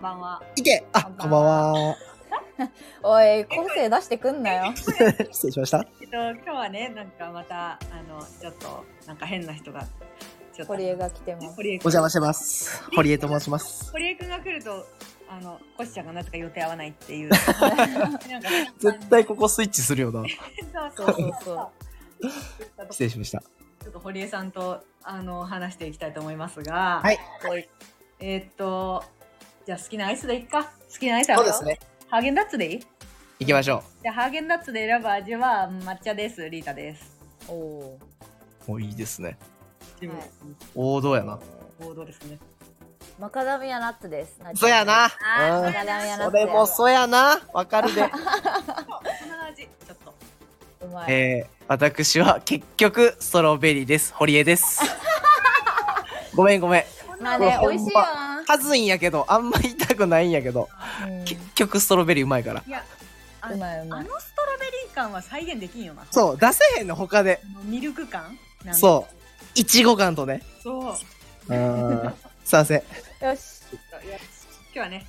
は。いけあ、ここんんばばんんは。おい、個性出してくんなよ。失礼しました。えっと、今日はね、なんかまた、あの、ちょっと、なんか変な人が、ちょっと、堀江が来てます。堀江お邪魔してます。堀江と申します。堀江くんが来ると、あの、コシちゃんがなぜか予定合わないって いう。なんか、 絶対ここスイッチするよな。そうそうそうそうそう。失礼しました。ちょっと堀江さんとあの話していきたいと思いますが、はいえーっと、じゃあ好きなアイスでいっか。好きなアイスあるそうですね。ハーゲンダッツでいいじ行きましょゃあハーゲンダッツで選ぶ味は抹茶です、リータです。おおう。もういいですね。自分、はい王道やーな。。王道ですね。マカダミアナッツです。 そやな。マうカダミアナッん。そツや。れもそやな。わか るで。そんな味、ちょっと。うまい。えー、私は結局ストロベリーです。堀江です。 ごめんごめん。まあこれね、ほんま美味しいよな。はずいんやけど、あんま言いたくないんやけど。うん結局ストロベリーうまいから。いや、あうまいうまあい。のストロベリー感は再現できんよな。う。そう、出せへんの他で。ミルク感なんかそう。いちご感とね。そう。うん。賛成。よいし。や今日はね、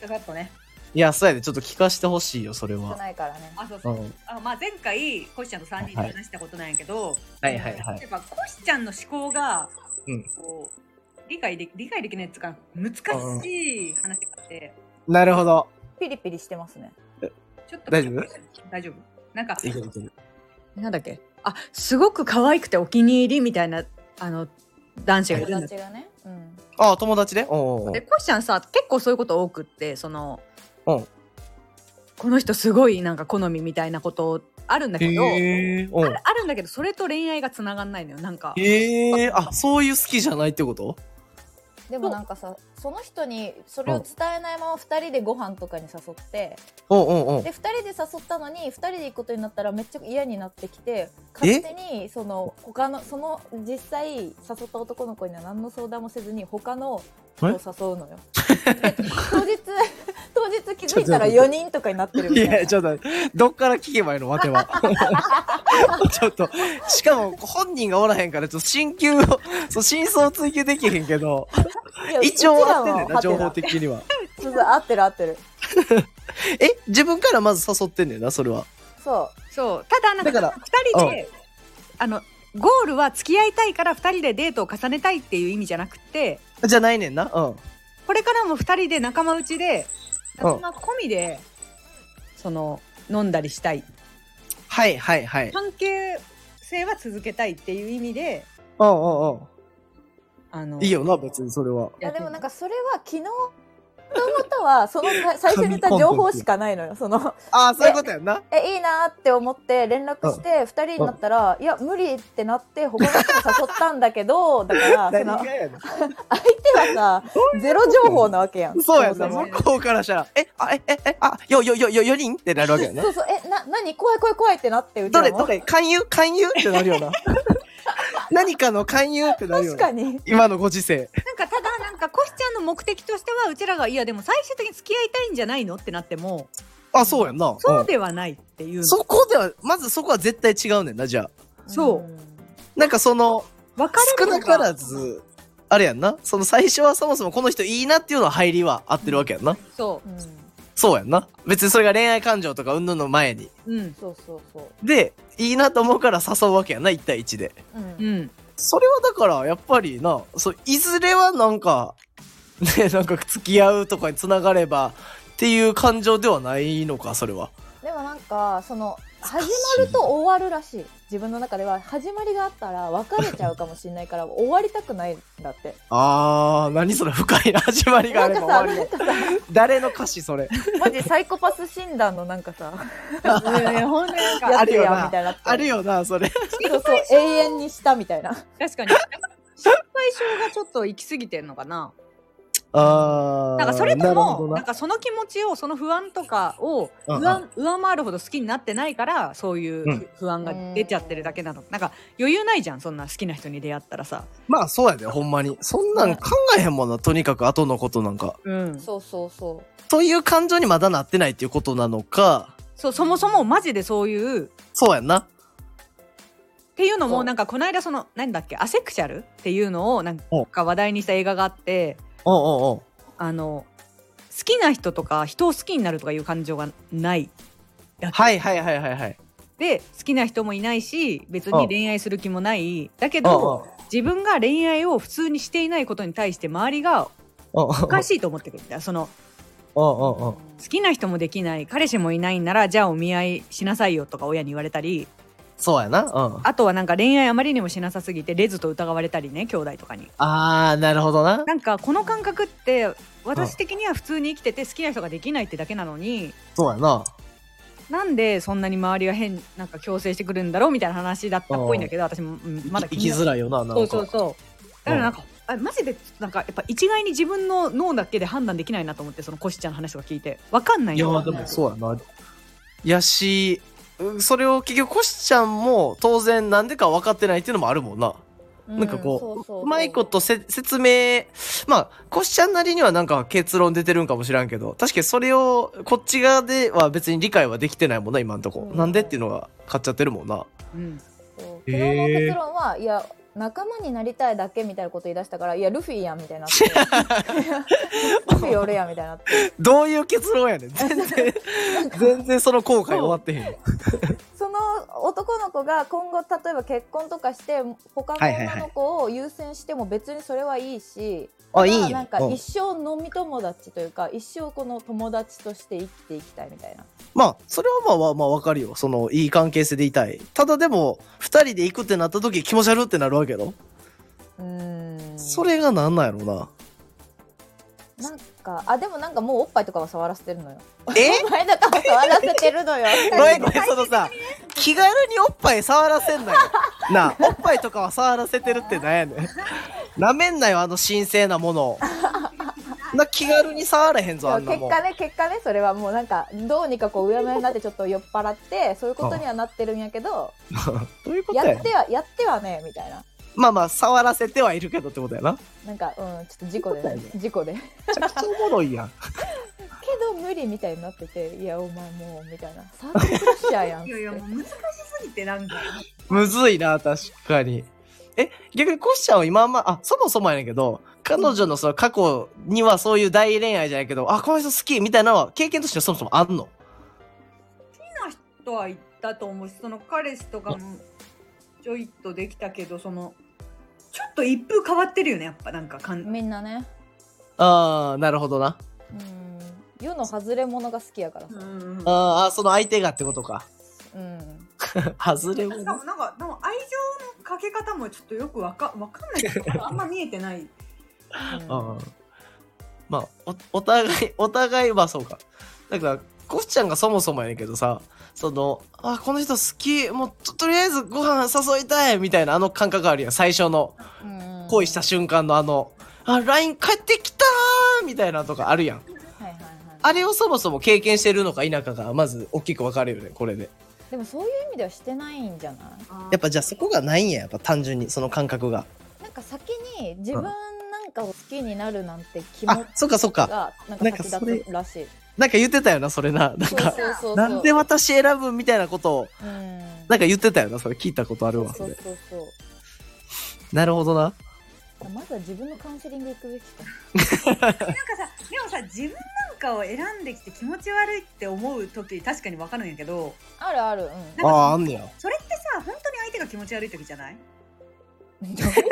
ささっとね。いや、そうやで、ちょっと聞かしてほしいよ、それ少は。ないからね。あ、そううそう。ん。あまあ、前回コシちゃんと3人で話したことなんやけど、はいはいはい。やっぱコシちゃんの思考が、うんこう理解でき理解できないっていうか難しい話があって、なるほど。ピリピリしてますね。ちょっと大丈夫大丈夫なんかいけるいける。なんだっけあすごく可愛くてお気に入りみたいなあの男子がい友るんだ達がね。うん。あ、友達でおうおうおうでコシちゃんさ結構そういうこと多くってその、うんこの人すごいなんか好みみたいなことあるんだけど、へえ。おうあるんだけどそれと恋愛がつながんないのよなんかへえ。あ、そういう好きじゃないってことでもなんかさ、その人にそれを伝えないまま二人でご飯とかに誘って、おうおうおうで2人で誘ったのに2人で行くことになったらめっちゃ嫌になってきて勝手にその他のその実際誘った男の子には何の相談もせずに他の人を誘うのよ。 で当日 当日気づいたら4人とかになってるみいたいな。や、ちょっと、どっから聞けばいいのわては。 ちょっと、しかも本人がおらへんから、ちょっと真求を、そう、真相を追求できへんけど、いや一応合ってんねんな、うちら情は報的には。そうそう合ってる合ってる。え、自分からまず誘ってんねんな、それは。そそうただなんかだか2ら人であのゴールは付き合いたいから2人でデートを重ねたいっていう意味じゃなくてじゃないねんな。うん。これからも2人で仲間内でうん仲間込みでその飲んだりしたいはいはいはい。関係性は続けたいっていう意味でうんうんうん。あのいいよな、別にそれは。う。いやでもなんかそれは昨日もとはその最初に言った情報しかないのよ。そのああ、そういうことやんな。えいいなって思って連絡して2人になったら「いや無理」ってなって他の人も誘ったんだ けどだからそやのねん。相手はさゼロ情報なわけやんそうやんな、そも向こうからしたら、え、あ、え、え、え、あ、よ、よ、よ、よ、4人ってなるわけや そなもそ。うそうえな何怖い怖い怖いってなってうちどられ、もどれ、勧誘勧誘ってなる よな。何かの勧誘ってなるよ確なか。に今のご時世。なんかただなんかコシちゃんの目的としてはうちらがいやでも最終的に付き合いたいんじゃないのってなってもあ、そうやんな。そうんではないっていう、そこでは、まずそこは絶対違うねんな、じゃあ。そうんなんかその、別れ少るのながからず、あれやんな。その最初はそもそもこの人いいなっていうのは入りは合ってるわけやんな。そうんそうやんな。別にそれが恋愛感情とかうんぬんの前に。ううんそうそうそうで、いいなと思うから誘うわけやんな、1対1で。ううん んそれはだから、やっぱりな、そう、いずれはなんか、ね、 なんか付き合うとかにつながればっていう感情ではないのか、それは。でもなんかその始まると終わるらしい自分の中では始まりがあったら別れちゃうかもしれないから終わりたくないんだってあー、何それ深いな始まりがなあんれかば終 さわりなんの。かさ誰の歌詞それ。マジサイコパス診断のなんかさほんとなんかやってるあるよやなんみたいなってあるよな、それ。そうそう永遠にしたみたいな確かに心配性がちょっと行き過ぎてんのかなあー。なんかそれとなるほもどな。なんかその気持ちをその不安とかをうんうん上上回るほど好きになってないからそういううん不安が出ちゃってるだけなの、なんか余裕ないじゃんそんな好きな人に出会ったらさ、まあそうやで、ほんまに。そんなん考えへんもんな、とにかく後のことなんか。うん、そうそうそという感情にまだなってないっていうことなのか、そうそもそもマジでそういうそうやんな。っていうのそもうなんかこの間その何だっけアセクシャルっていうのをなんか話題にした映画があっておうんうんうん。あの好きな人とか人を好きになるとかいう感情がないだけはいはいはいはいはい。で好きな人もいないし別うんに恋愛する気もないだけうんど自分が恋愛を普通にしていないことに対して周りがうんうんおかしいと思ってくるんだそのうんうんうん好きな人もできない彼氏もいないんならじゃあお見合いしなさいよとか親に言われたりそうやな。うん。あとはなんか恋愛あまりにもしなさすぎてレズと疑われたりね兄弟とかにあー、なるほどな。なんかこの感覚って私的には普通に生きてて好きな人ができないってだけなのにそうやな。なんでそんなに周りが変なんか強制してくるんだろうみたいな話だったっぽいんだけど私も、うんまだ生きづらいよな、なんか。そうそうそうだからなんかあマジでなんかやっぱ一概に自分の脳だけで判断できないなと思ってそのコシちゃんの話とか聞いてわかんないいや、よでもそうやな。やし、うんそれを結局、コシちゃんも当然なんでか分かってないっていうのもあるもんな。うんなんかこ、そそそううまいことせ説明、まあ、コシちゃんなりにはなんか結論出てるんかもしらんけど、確かにそれを、こっち側では別に理解はできてないもんな、今んとこ。うんなんでっていうのが買っちゃってるもんな。うん、そうへ昨ー日の結論は、いや仲間になりたいだけみたいなこと言い出したからいやルフィやんみたいにな ってルフィおるやんみたいになってどういう結論やねん。全 然、全然その後悔終わってへんよ。その男の子が今後例えば結婚とかして他のはいはいはい女の子を優先しても別にそれはいいし、あ、いただいよ。なんかうん一生飲み友達というか、一生この友達として生きていきたいみたいなまあ、それはまあまあまあわかるよ。その、いい関係性でいたい。ただでも、二人で行くってなった時気持ち悪ってなるわけよ。うーんそれがなんなんやろ な。なんかあでもなんかもうおっぱいとかは触らせてるのよえお前だから触らせてるのよごめんごめん、そのさ、気軽におっぱい触らせんなよ。なあ、おっぱいとかは触らせてるってなんやねん。 なめんなよ、あの神聖なものを。な、気軽に触らへんぞ、あん結なもん。果ね結果ねそれはもうなんかどうにかこううやむやになってちょっと酔っ払ってそういうことにはなってるんやけどどういう ことややってはやってはねみたいなまあまあ、触らせてはいるけどってことやな。なんかうんちょっと事故でね事故でけめちゃくちゃおもろいやん。ど無理みたいになってていやお前もうみたいなサードプレッシャーやんっついってやいやもう難しすぎてなんかむずいな、確かに。え、逆にコシちゃんは今あんま、あ、そもそもやねんけど、彼女のその過去にはそういう大恋愛じゃないけど、あ、この人好きみたいなのは経験としてはそもそもあんのとは言ったと思うしその彼氏とかもちょいっとできたけどそのちょっと一風変わってるよねやっぱなんかかんみんなねああ、なるほどな。うん世の外れ者が好きやからさうんあーあー、その相手がってことか。 うん外れしもかもなんかでも愛情のかけ方もちょっとよくわかわかんないけどあんま見えて ないうんうん。まあ、お、お互い、お互いはそうか。だから、コシちゃんがそもそもやねんけどさ、その、あ、この人好き、もうと、とりあえずご飯誘いたいみたいなあの感覚あるやん、最初の。うん恋した瞬間のあの、あ、LINE 帰ってきたーみたいなとかあるやん。はいはいはいあれをそもそも経験してるのか否かが、まず大きく分かれるよね、これで。でもそういう意味ではしてないんじゃないやっぱじゃあそこがないんや、やっぱ単純に、その感覚が。なんか先に自分なんかを好きになるなんて気持ちあ、そっかそっか。がなんか先立つらしいなんか言ってたよな、それな。なんそうそうか、そうそうなんで私選ぶみたいなことを、うんなんか言ってたよな、それ聞いたことあるわ。そそうれそうそうなるほどな。そうまずは自分のカウンセリング行くべきかなんかさでもさ自分なんかを選んできて気持ち悪いって思う時確かにわかるんやけどあるあるなんあかあ、あんねや。それってさ本当に相手が気持ち悪い時じゃないうんどういうこ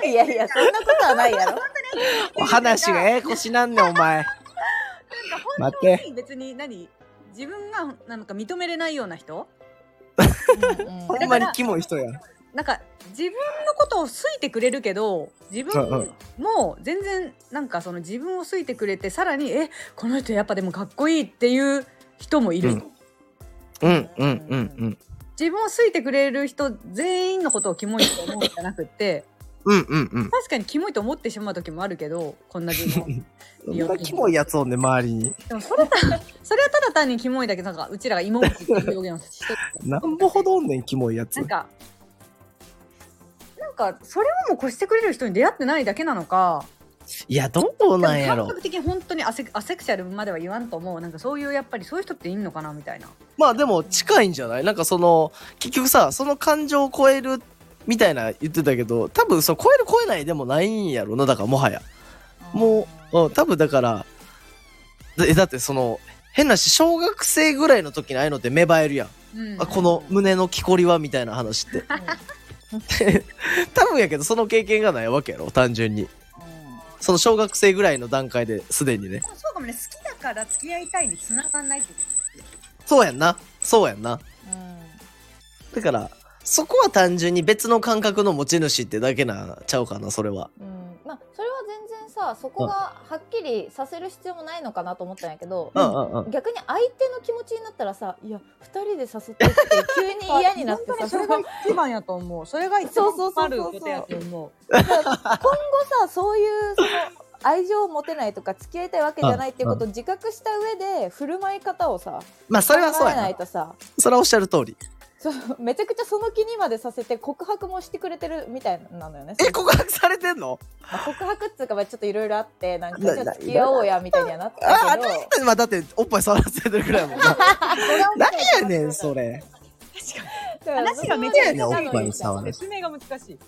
といやいやそんなことはないやろ話がややこしなんねん、お前。なんか待って。別に何自分がなんか認めれないような人うんうんほんまにキモい人や。なんか自分のことを好いてくれるけど自うんうん分も全然なんかその自分を好いてくれてさらにえこの人やっぱでもかっこいいっていう人もいる、うんうん、うん、うん、うん。自分を好いてくれる人全員のことをキモいと思うんじゃなくって うん、うん、うん。確かにキモいと思ってしまう時もあるけどこんな自分そんなキモいやつをね、周りに。でもそれはそれはただ単にキモいだけなんかうちらが芋虫っていう表現をしてなんぼほどおんねん、キモいやつなん。かなんかそれをもう越してくれる人に出会ってないだけなのかいや、どうなんや感ろ覚。的に本当にアセアセクシャルまでは言わんと思うなんかそういうやっぱりそういう人っていんのかなみたいなまあでも近いんじゃないなんかその、結局さ、その感情を超えるみたいな言ってたけど、多分そう、超える超えないでもないんやろな、だからもはや。もう、うん、多分だから、だえだってその変なし小学生ぐらいの時にああいうのって芽生えるやん、うんあこの胸の木こりはみたいな話って 多分やけどその経験がないわけやろ単純にうんその小学生ぐらいの段階ですでにねそうそうかもね好きだから付き合いたいに繋がんないってこそうやんなそうやんなうんだからそこは単純に別の感覚の持ち主ってだけなちゃうかなそれはうんまあそれは全然さそこがはっきりさせる必要もないのかなと思ったんやけど、うんうんうん逆に相手の気持ちになったらさいや2人で誘ってって急 に嫌になって本当さにそれが一番やと思う。それが一そうそ番うそうあることやと思う。今後さそういうその愛情を持てないとか付き合いたいわけじゃないっていうことを自覚した上で振る舞い方をさまあそれはそう考やえなないとさそれはおっしゃる通りそうめちゃくちゃその気にまでさせて告白もしてくれてるみたいなのよね。え告白されてんのまあ告白っつうかまあちょっといろいろあってなんかなじゃあ付き合おうやみたいにはなっあたあけど確かにまあだっておっぱい触らせてるぐらいやも んな何やねんそれだから話がめちゃそういうのおっぱいに触る説明が難しい。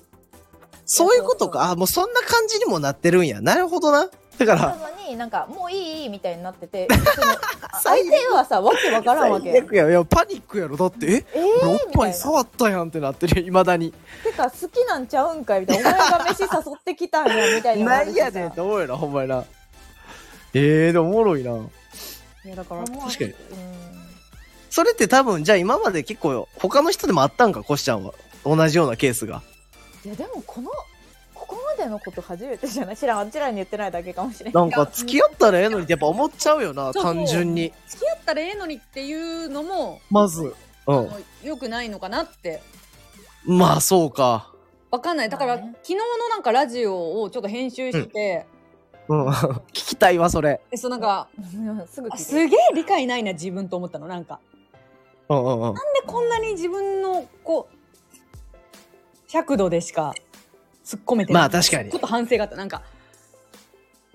そういうことかあもうそんな感じにもなってるんやなるほどなだからなのになんかもういいみたいになっててその相最手はさわけわからんわけ。最悪やいやパニックやろだってええ俺おっー、みぱたいいな。触ったやんってなってるいまだにてか好きなんちゃうんかいみたいな。お前が飯誘ってきたんやみたい なのもあなるんしさ。やねんって思うよなほんまになえー、でもおもろいないやだから思わず確かにうんそれって多分じゃあ今まで結構他の人でもあったんかコシちゃんは同じようなケースがいやでもこのここまでのこと初めてじゃない知らんあっちらに言ってないだけかもしれないなんか付き合ったらええのにってやっぱ思っちゃうよなそう単純に付き合ったらええのにっていうのも、まずうあんの良くないのかなって。まあそうかわかんない。だから、まあね昨日のなんかラジオをちょっと編集してて、うん 聞きたいわそれえそうなんか、うんすぐあ聞すいてげえ理解ないな自分と思ったのなんか。うんうんうんなんでこんなに自分のこう尺度でしか突っ込めてないまあ確かにちょっと反省があったなんか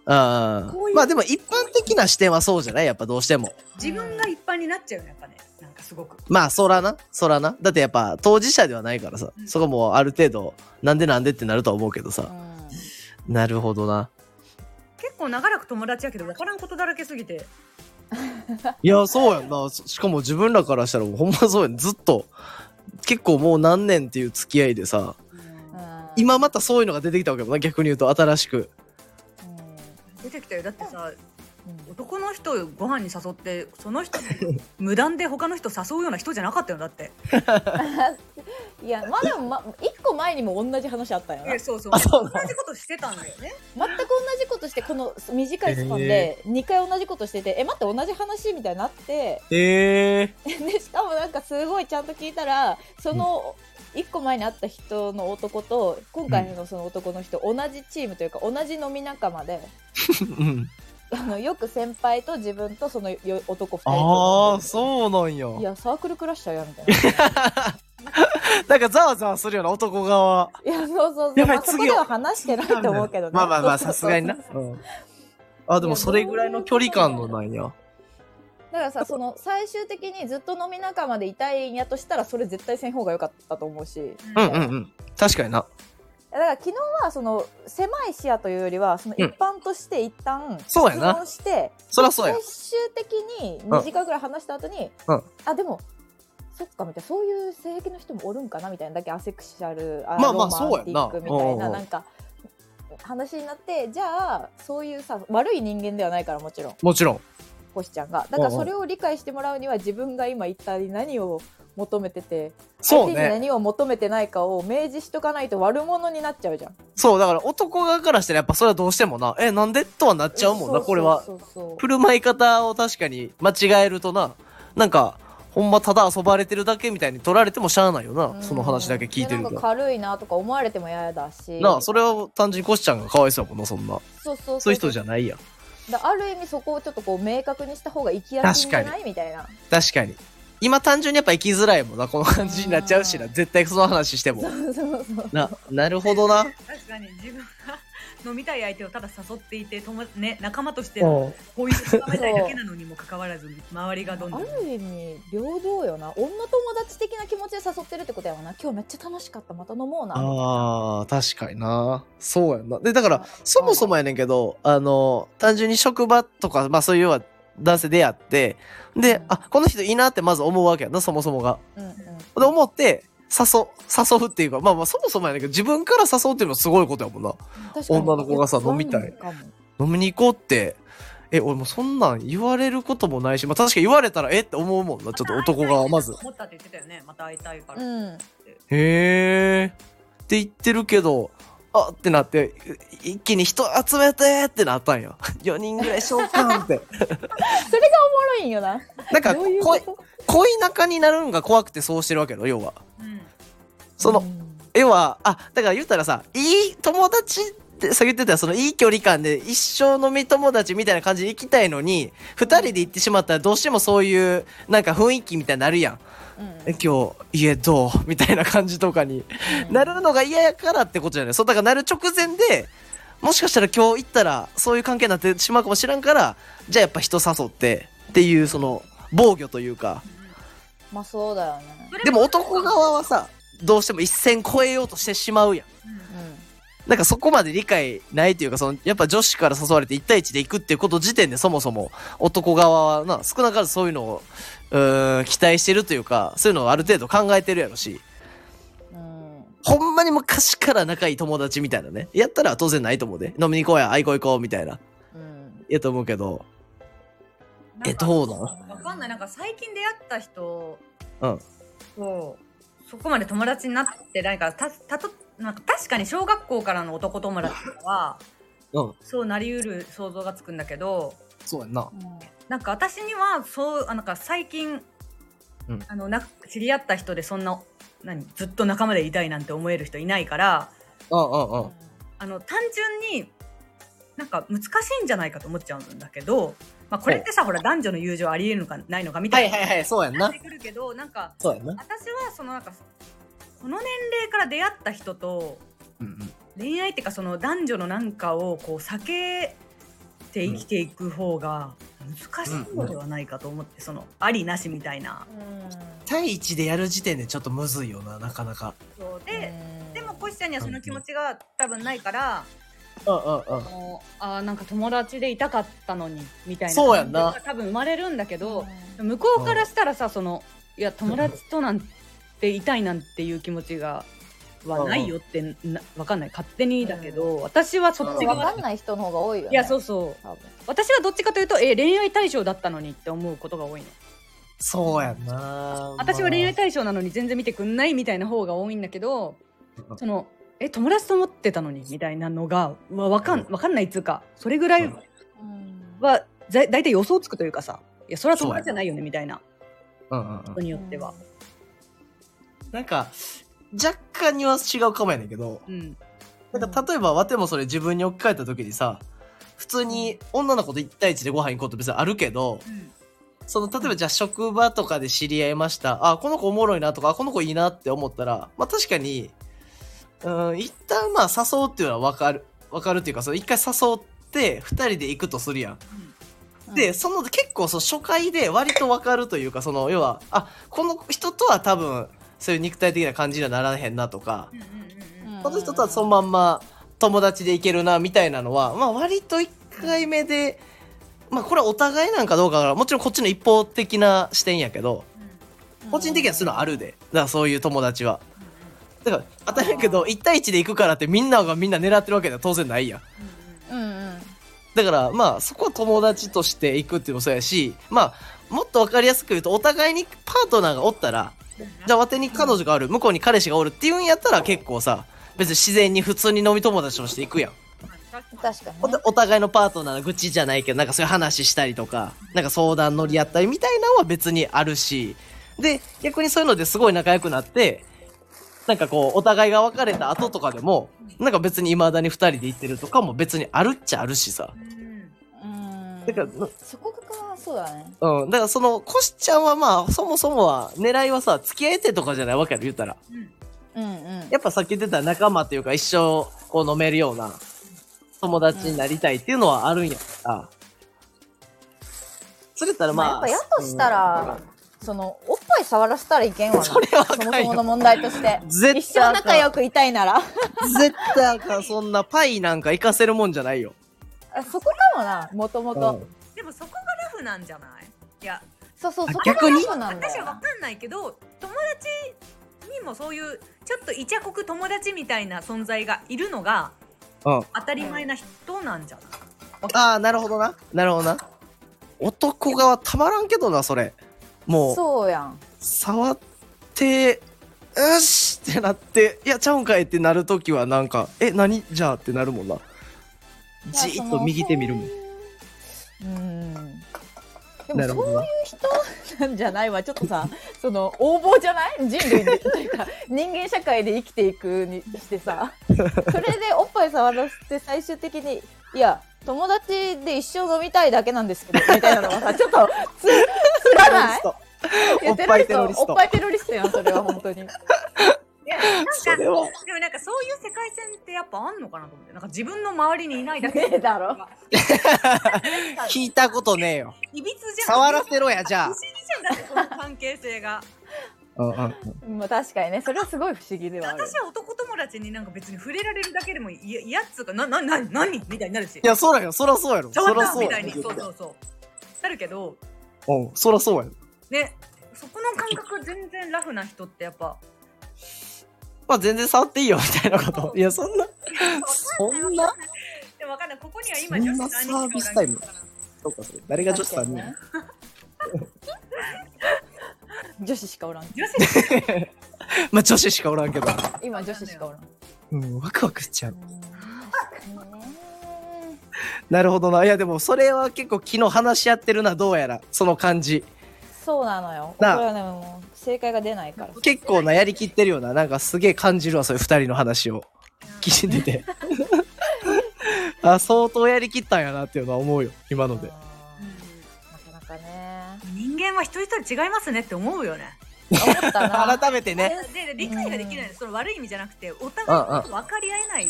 あこういーうまあでも一般的な視点はそうじゃないやっぱどうしても自分が一般になっちゃうよねやっぱねなんかすごくまあそらなそらなだってやっぱ当事者ではないからさうんそこもある程度なんでなんでってなるとは思うけどうさんなるほどな結構長らく友達やけど分からんことだらけすぎていやそうやんなそしかも自分らからしたらほんまそうやんずっと結構もう何年っていう付き合いでさうん今またそういうのが出てきたわけもんな逆に言うと新しくうん出てきたよだってさうん男の人をご飯に誘ってその人 無断で他の人誘うような人じゃなかったよだっていやまあでも、ま、1個前にも同じ話あったよな全くそうそうあそうな同じことしてたんだよね同じことしてこの短いスパンで2回同じことしてて「え待って同じ話?」みたいになってえ えでしかもなんかすごいちゃんと聞いたらその1個前に会った人の男と今回のその男の人同じチームというか同じ飲み仲間で。うんあのよく先輩と自分とそのよ男2人ああうそうなんやいやサークルクラッシャーやみたいななんかざわざわするような男側いやそうそうそうやばいまあそこ次でよは話してないと思うけどねまあまあまあそさうすそうそうが にな、うん、あでもそれぐらいの距離感のなんやだか らさその最終的にずっと飲み仲間でいたいんやとしたらそれ絶対せん方が良かったと思うしうんうんうん確かになだから昨日はその狭い視野というよりはその一般として一旦質そうやな問して、そらそうや最終的に2時間ぐらい話した後に、うんあでもそっかみたいなそういう性癖の人もおるんかなみたいなだけアセクシャルあまあまあロマンティックみそうたやいんなななんか話になってじゃあそういうさ悪い人間ではないからもちろんもちろん星ちゃんがだからうんうんそれを理解してもらうには自分が今一体何を求めててそう相手にね何を求めてないかを明示しとかないと悪者になっちゃうじゃん。そうだから男側からしたらやっぱそれはどうしてもなえなんでとはなっちゃうもんなこれはそうそうそう振る舞い方を確かに間違えるとななんかほんまただ遊ばれてるだけみたいに取られてもしゃあないよなその話だけ聞いてでるなんとか軽いなとか思われても嫌だしなあそれは単純にコシちゃんがかわいそうやもんなそんなそうそうそういう人じゃないやんだある意味そこをちょっとこう明確にした方が生きやすいんじゃないみたいな確かに今単純にやっぱ生きづらいもんなこの感じになっちゃうしなうん絶対その話して そもうそうそうななるほどな確かに自分が飲みたい相手をただ誘っていて友達ね、仲間としてうんこういう深めたいだけなのにもかかわらず周りがどんどあんる意味平等よな女友達的な気持ちで誘ってるってことやもんな今日めっちゃ楽しかったまた飲もうなあー確かになそうやんなでだからそもそもやねんけどあの単純に職場とかまあそういう要は男性出会ってであこの人いいなってまず思うわけやなそもそもが。うんうんで思って誘う誘うっていうかまあまあそもそもやねんけど自分から誘うっていうのはすごいことやもんな。確かに女の子がさ飲みたいそうなのかも飲みに行こうってえ俺もうそんなん言われることもないし、まあ、確かに言われたらえって思うもんなちょっと男がまず思ったって言ってたよね。また会いたいから。うんへえって言ってるけどあってなってい一気に人集めてってなったんよ4人ぐらい召喚っておもろいんよななんかどういうここいと恋仲になるのが怖くてそうしてるわけよ要はうんそのうん要はあだから言ったらさいい友達ってさ言ってたよそのいい距離感で一生飲み友達みたいな感じで行きたいのに二人で行ってしまったらどうしてもそういうなんか雰囲気みたいになるやんうんえ今日家どうみたいな感じとかになるのが嫌やからってことじゃないそうだからなる直前でもしかしたら今日行ったらそういう関係になってしまうかもしらんからじゃあやっぱ人誘ってっていうその防御というかまあそうだよねそれでも男側はさどうしても一線越えようとしてしまうやんうなんかそこまで理解ないというかそのやっぱ女子から誘われて1対1で行くっていうこと時点でそもそも男側はな少なからずそういうのをうーん期待してるというかそういうのをある程度考えてるやろしんうんほんまに昔から仲いい友達みたいなね。やったら当然ないと思うで。飲みに行こうや、あいこ行こうみたいな。うんやと思うけど。なんかえ、どうなわかんない。なんか最近出会った人うんを、そこまで友達になってないから、た、たと、なんか確かに小学校からの男友達とかは、のうん。そうなりうる想像がつくんだけど、そうやんな。なんか私には、そう、あなんか最近、うんあのな知り合った人でそんな何ずっと仲間でいたいなんて思える人いないからうんうんうん。あの単純になんか難しいんじゃないかと思っちゃうんだけど、まあ、これってさほら男女の友情ありえるのかないのかみたはいいなはいはい、そうやんなっなて。くるけどなんかそうやんな。私はそのなんかこの年齢から出会った人とうんうん。恋愛っていうかその男女のなんかをこう避けて生きていく方が難しいのではないかと思ってそのありなしみたいな。対一でやる時点でちょっとむずいよな、なかなか。そうでででもコシちゃんにはその気持ちが多分ないからうんうんうん。もうあーなんか友達でいたかったのにみたいなそうやんな多分生まれるんだけど、向こうからしたらさそのいや友達となんていたいなんていう気持ちがはないよってなわかんない勝手にだけど、私はそっち分か側んない人の方が多いよねいやそうそう多分私はどっちかというとえ恋愛対象だったのにって思うことが多いのそうやんな。私は恋愛対対象なのに全然見てくんないみたいな方が多いんだけどうんそのえ友達と思ってたのにみたいなのがわわかんわかんないっつうかそれぐらいはだ大体予想つくというかさいやそれは友達じゃないよねみたいなうんうん人うん。によっては、なんか、若干ニュアンス違うかもやねんけど。うん、なんか例えばわてもそれ自分に置き換えた時にさ普通に女の子と1対1でご飯行こうって別にあるけど、んその例えばじゃあ職場とかで知り合いましたあこの子おもろいなとかあこの子いいなって思ったらまあ確かにうん一旦まあ誘うっていうのは分かる分かるっていうかその一回誘って2人で行くとするやん。で、その結構その初回で割と分かるというかその要はあこの人とは多分そういう肉体的な感じにはならへんなとか、うんうんうんうんこの人とはそのまんま友達でいけるなみたいなのは、まあ、割と1回目で、まあ、これはお互いなんかどうかからもちろんこっちの一方的な視点やけど個人的にはそういうのあるでだからそういう友達は。だから当たり前やけど1対1で行くからってみんながみんな狙ってるわけでは当然ないやんうんうんだからまあそこは友達として行くっていうのもそうやしまあもっと分かりやすく言うとお互いにパートナーがおったらじゃあ、わてに彼女がある、向こうに彼氏がおるっていうんやったら結構さ、別に自然に普通に飲み友達として行くやん。確かにおねたお互いのパートナーの愚痴じゃないけど、なんかそういう話したりとか、なんか相談乗り合ったりみたいなのは別にあるし、で、逆にそういうのですごい仲良くなって、なんかこう、お互いが別れた後とかでも、なんか別に未だに二人で行ってるとかも別にあるっちゃあるしさ。うんうんだから、なそこがそうだねうん、だからその、コシちゃんはまあ、そもそもは、狙いはさ、付き合えてとかじゃないわけやろ、言うたら。うんうんうんやっぱさっき言ってた仲間っていうか一生こう飲めるような友達になりたいっていうのはあるんやから。それやったらまあ。まあやっぱやとしたらそのおっぱい触らせたらいけんわなそれはあそもかんそもよ。の問題として絶対一生仲良くいたいなら絶対あかん。そんなパイなんか行かせるもんじゃないよ。あそこかもなもともとうんでもそこフなんじゃないいやそうそう、あそこ逆にがラブなんだ私よは分かんないけど友達にもそういうちょっとイチャコク友達みたいな存在がいるのがうん当たり前な人なんじゃない、ああなるほどななるほどな男側たまらんけどなそれもうそうやん。触ってよしってなっていやちゃうんかいってなるときはなんかえ何じゃあってなるもんなじーっと右手見るもんうん。でもなるほそうどいうな人なんじゃないわちょっとさ その横暴じゃない人類でというか 人間社会で生きていくにしてさそれでおっぱい触らせて最終的にいや友達で一生飲みたいだけなんですけどみたいなのはさちょっとつつらないい やおっぱいテロリストおっぱいテロリストやんそれは本 当にいやなんかそれはでもなんかそういう世界線ってやっぱあんのかなと思ってなんか自分の周りにいないだけねえだろ聞いたことねえよいびつじゃん触らせろやじ不ゃ思議じゃんだってその関係性があ、うんうん、まあ確かにねそれはすごい不思議ではある私は男友達になんか別に触れられるだけでもいや嫌っつうかななな何みたいになるしいやそうだよそらそうやろ触そっらたそうみやたいろにそうそうそうなるけどうんそらそうやろねそこの感覚全然ラフな人ってやっぱまあ全然触っていいよみたいなこといやそんなそんなでもわかんないここには今女子何人そんなサービスタイムそうかそれ誰が女子さんに 女子しかおらん女子まあ女子しかおらんけど今女子しかおらんうんワクワクしちゃう確かにねなるほどないやでもそれは結構昨日話し合ってるなどうやらその感じそうなのよ。これなあはね、もう正解が出ないから。結構なやりきってるようななんかすげえ感じるわそれ二人の話を聞いててあ相当やりきったんやなっていうのは思うよ今のでうんなかなかね。人間は一人一人違いますねって思うよね思ったな。 改めてねでで理解ができないその悪い意味じゃなくてお互いのこと分かり合えない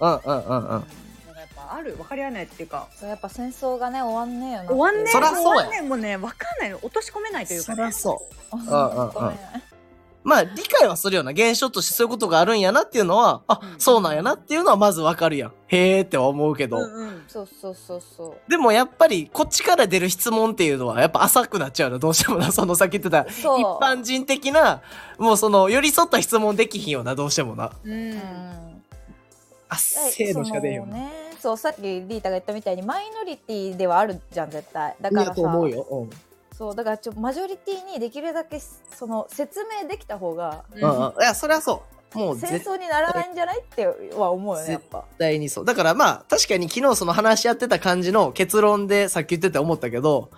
うんうんうんうんなんかやっぱある分かり合えないっていうかそうやっぱ戦争がね終わんねえよな。終わんねえそらそうや終わんねえもうね分かんないの落とし込めないというかね、そりゃそううんうんうんまあ理解はするような現象としてそういうことがあるんやなっていうのはあうんそうなんやなっていうのはまずわかるやんへーっては思うけど、うんうんそうそうそうそでもやっぱりこっちから出る質問っていうのはやっぱ浅くなっちゃうのどうしてもなそのさっき言ってたう。一そう。般人的なもうその寄り添った質問できひんよなどうしてもなうん。あっせーのしか出へんよそなのね。そうさっきリータが言ったみたいにマイノリティではあるじゃん絶対。だからいさや。と思うよ、うんそうだからちょマジョリティにできるだけその説明できた方がうんうんいやそれはそうもう戦絶争にならないんじゃないっては思うよねやっぱ。対にそうだからまあ確かに昨日その話し合ってた感じの結論でさっき言ってて思ったけど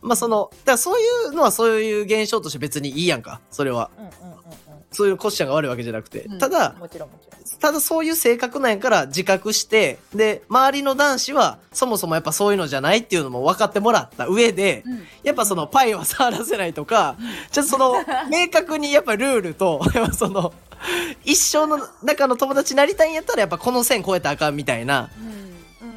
まあそのだからそういうのはそういう現象として別にいいやんかそれはうんうんうんそういうコッションが悪いわけじゃなくて、うんただうん。もちろんもちろん。ただそういう性格なんやから自覚してで周りの男子はそもそもやっぱそういうのじゃないっていうのも分かってもらった上で、うんやっぱそのパイは触らせないとか、ちょっとその明確にやっぱルールと、 やっぱその一生の中の友達になりたいんやったらやっぱこの線越えたらあかんみたいな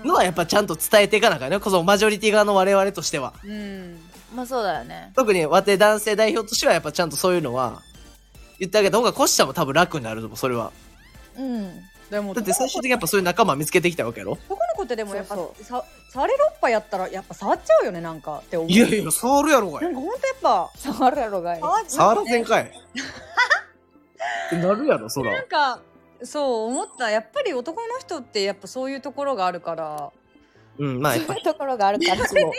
のはやっぱちゃんと伝えていかなあかんね。このマジョリティ側の我々としては。うんうんまあそうだよね。特にわて男性代表としてはやっぱちゃんとそういうのは言ってあげた方がコシちゃんも多分楽になると思う、それは。うん。でもだって最終的にやっぱそういう仲間見つけてきたわけやろ。男の子ってでもやっぱそうさ触れるおっぱいやったらやっぱ触っちゃうよねなんかって思ういやいや、触るやろが。ないんかほんとやっぱ触るやろがい。触触らせん かい。ってなるやろ、そら。なんかそう思ったやっぱり男の人ってやっぱそういうところがあるからうん、まあやっぱそういうところがあるから。その秘密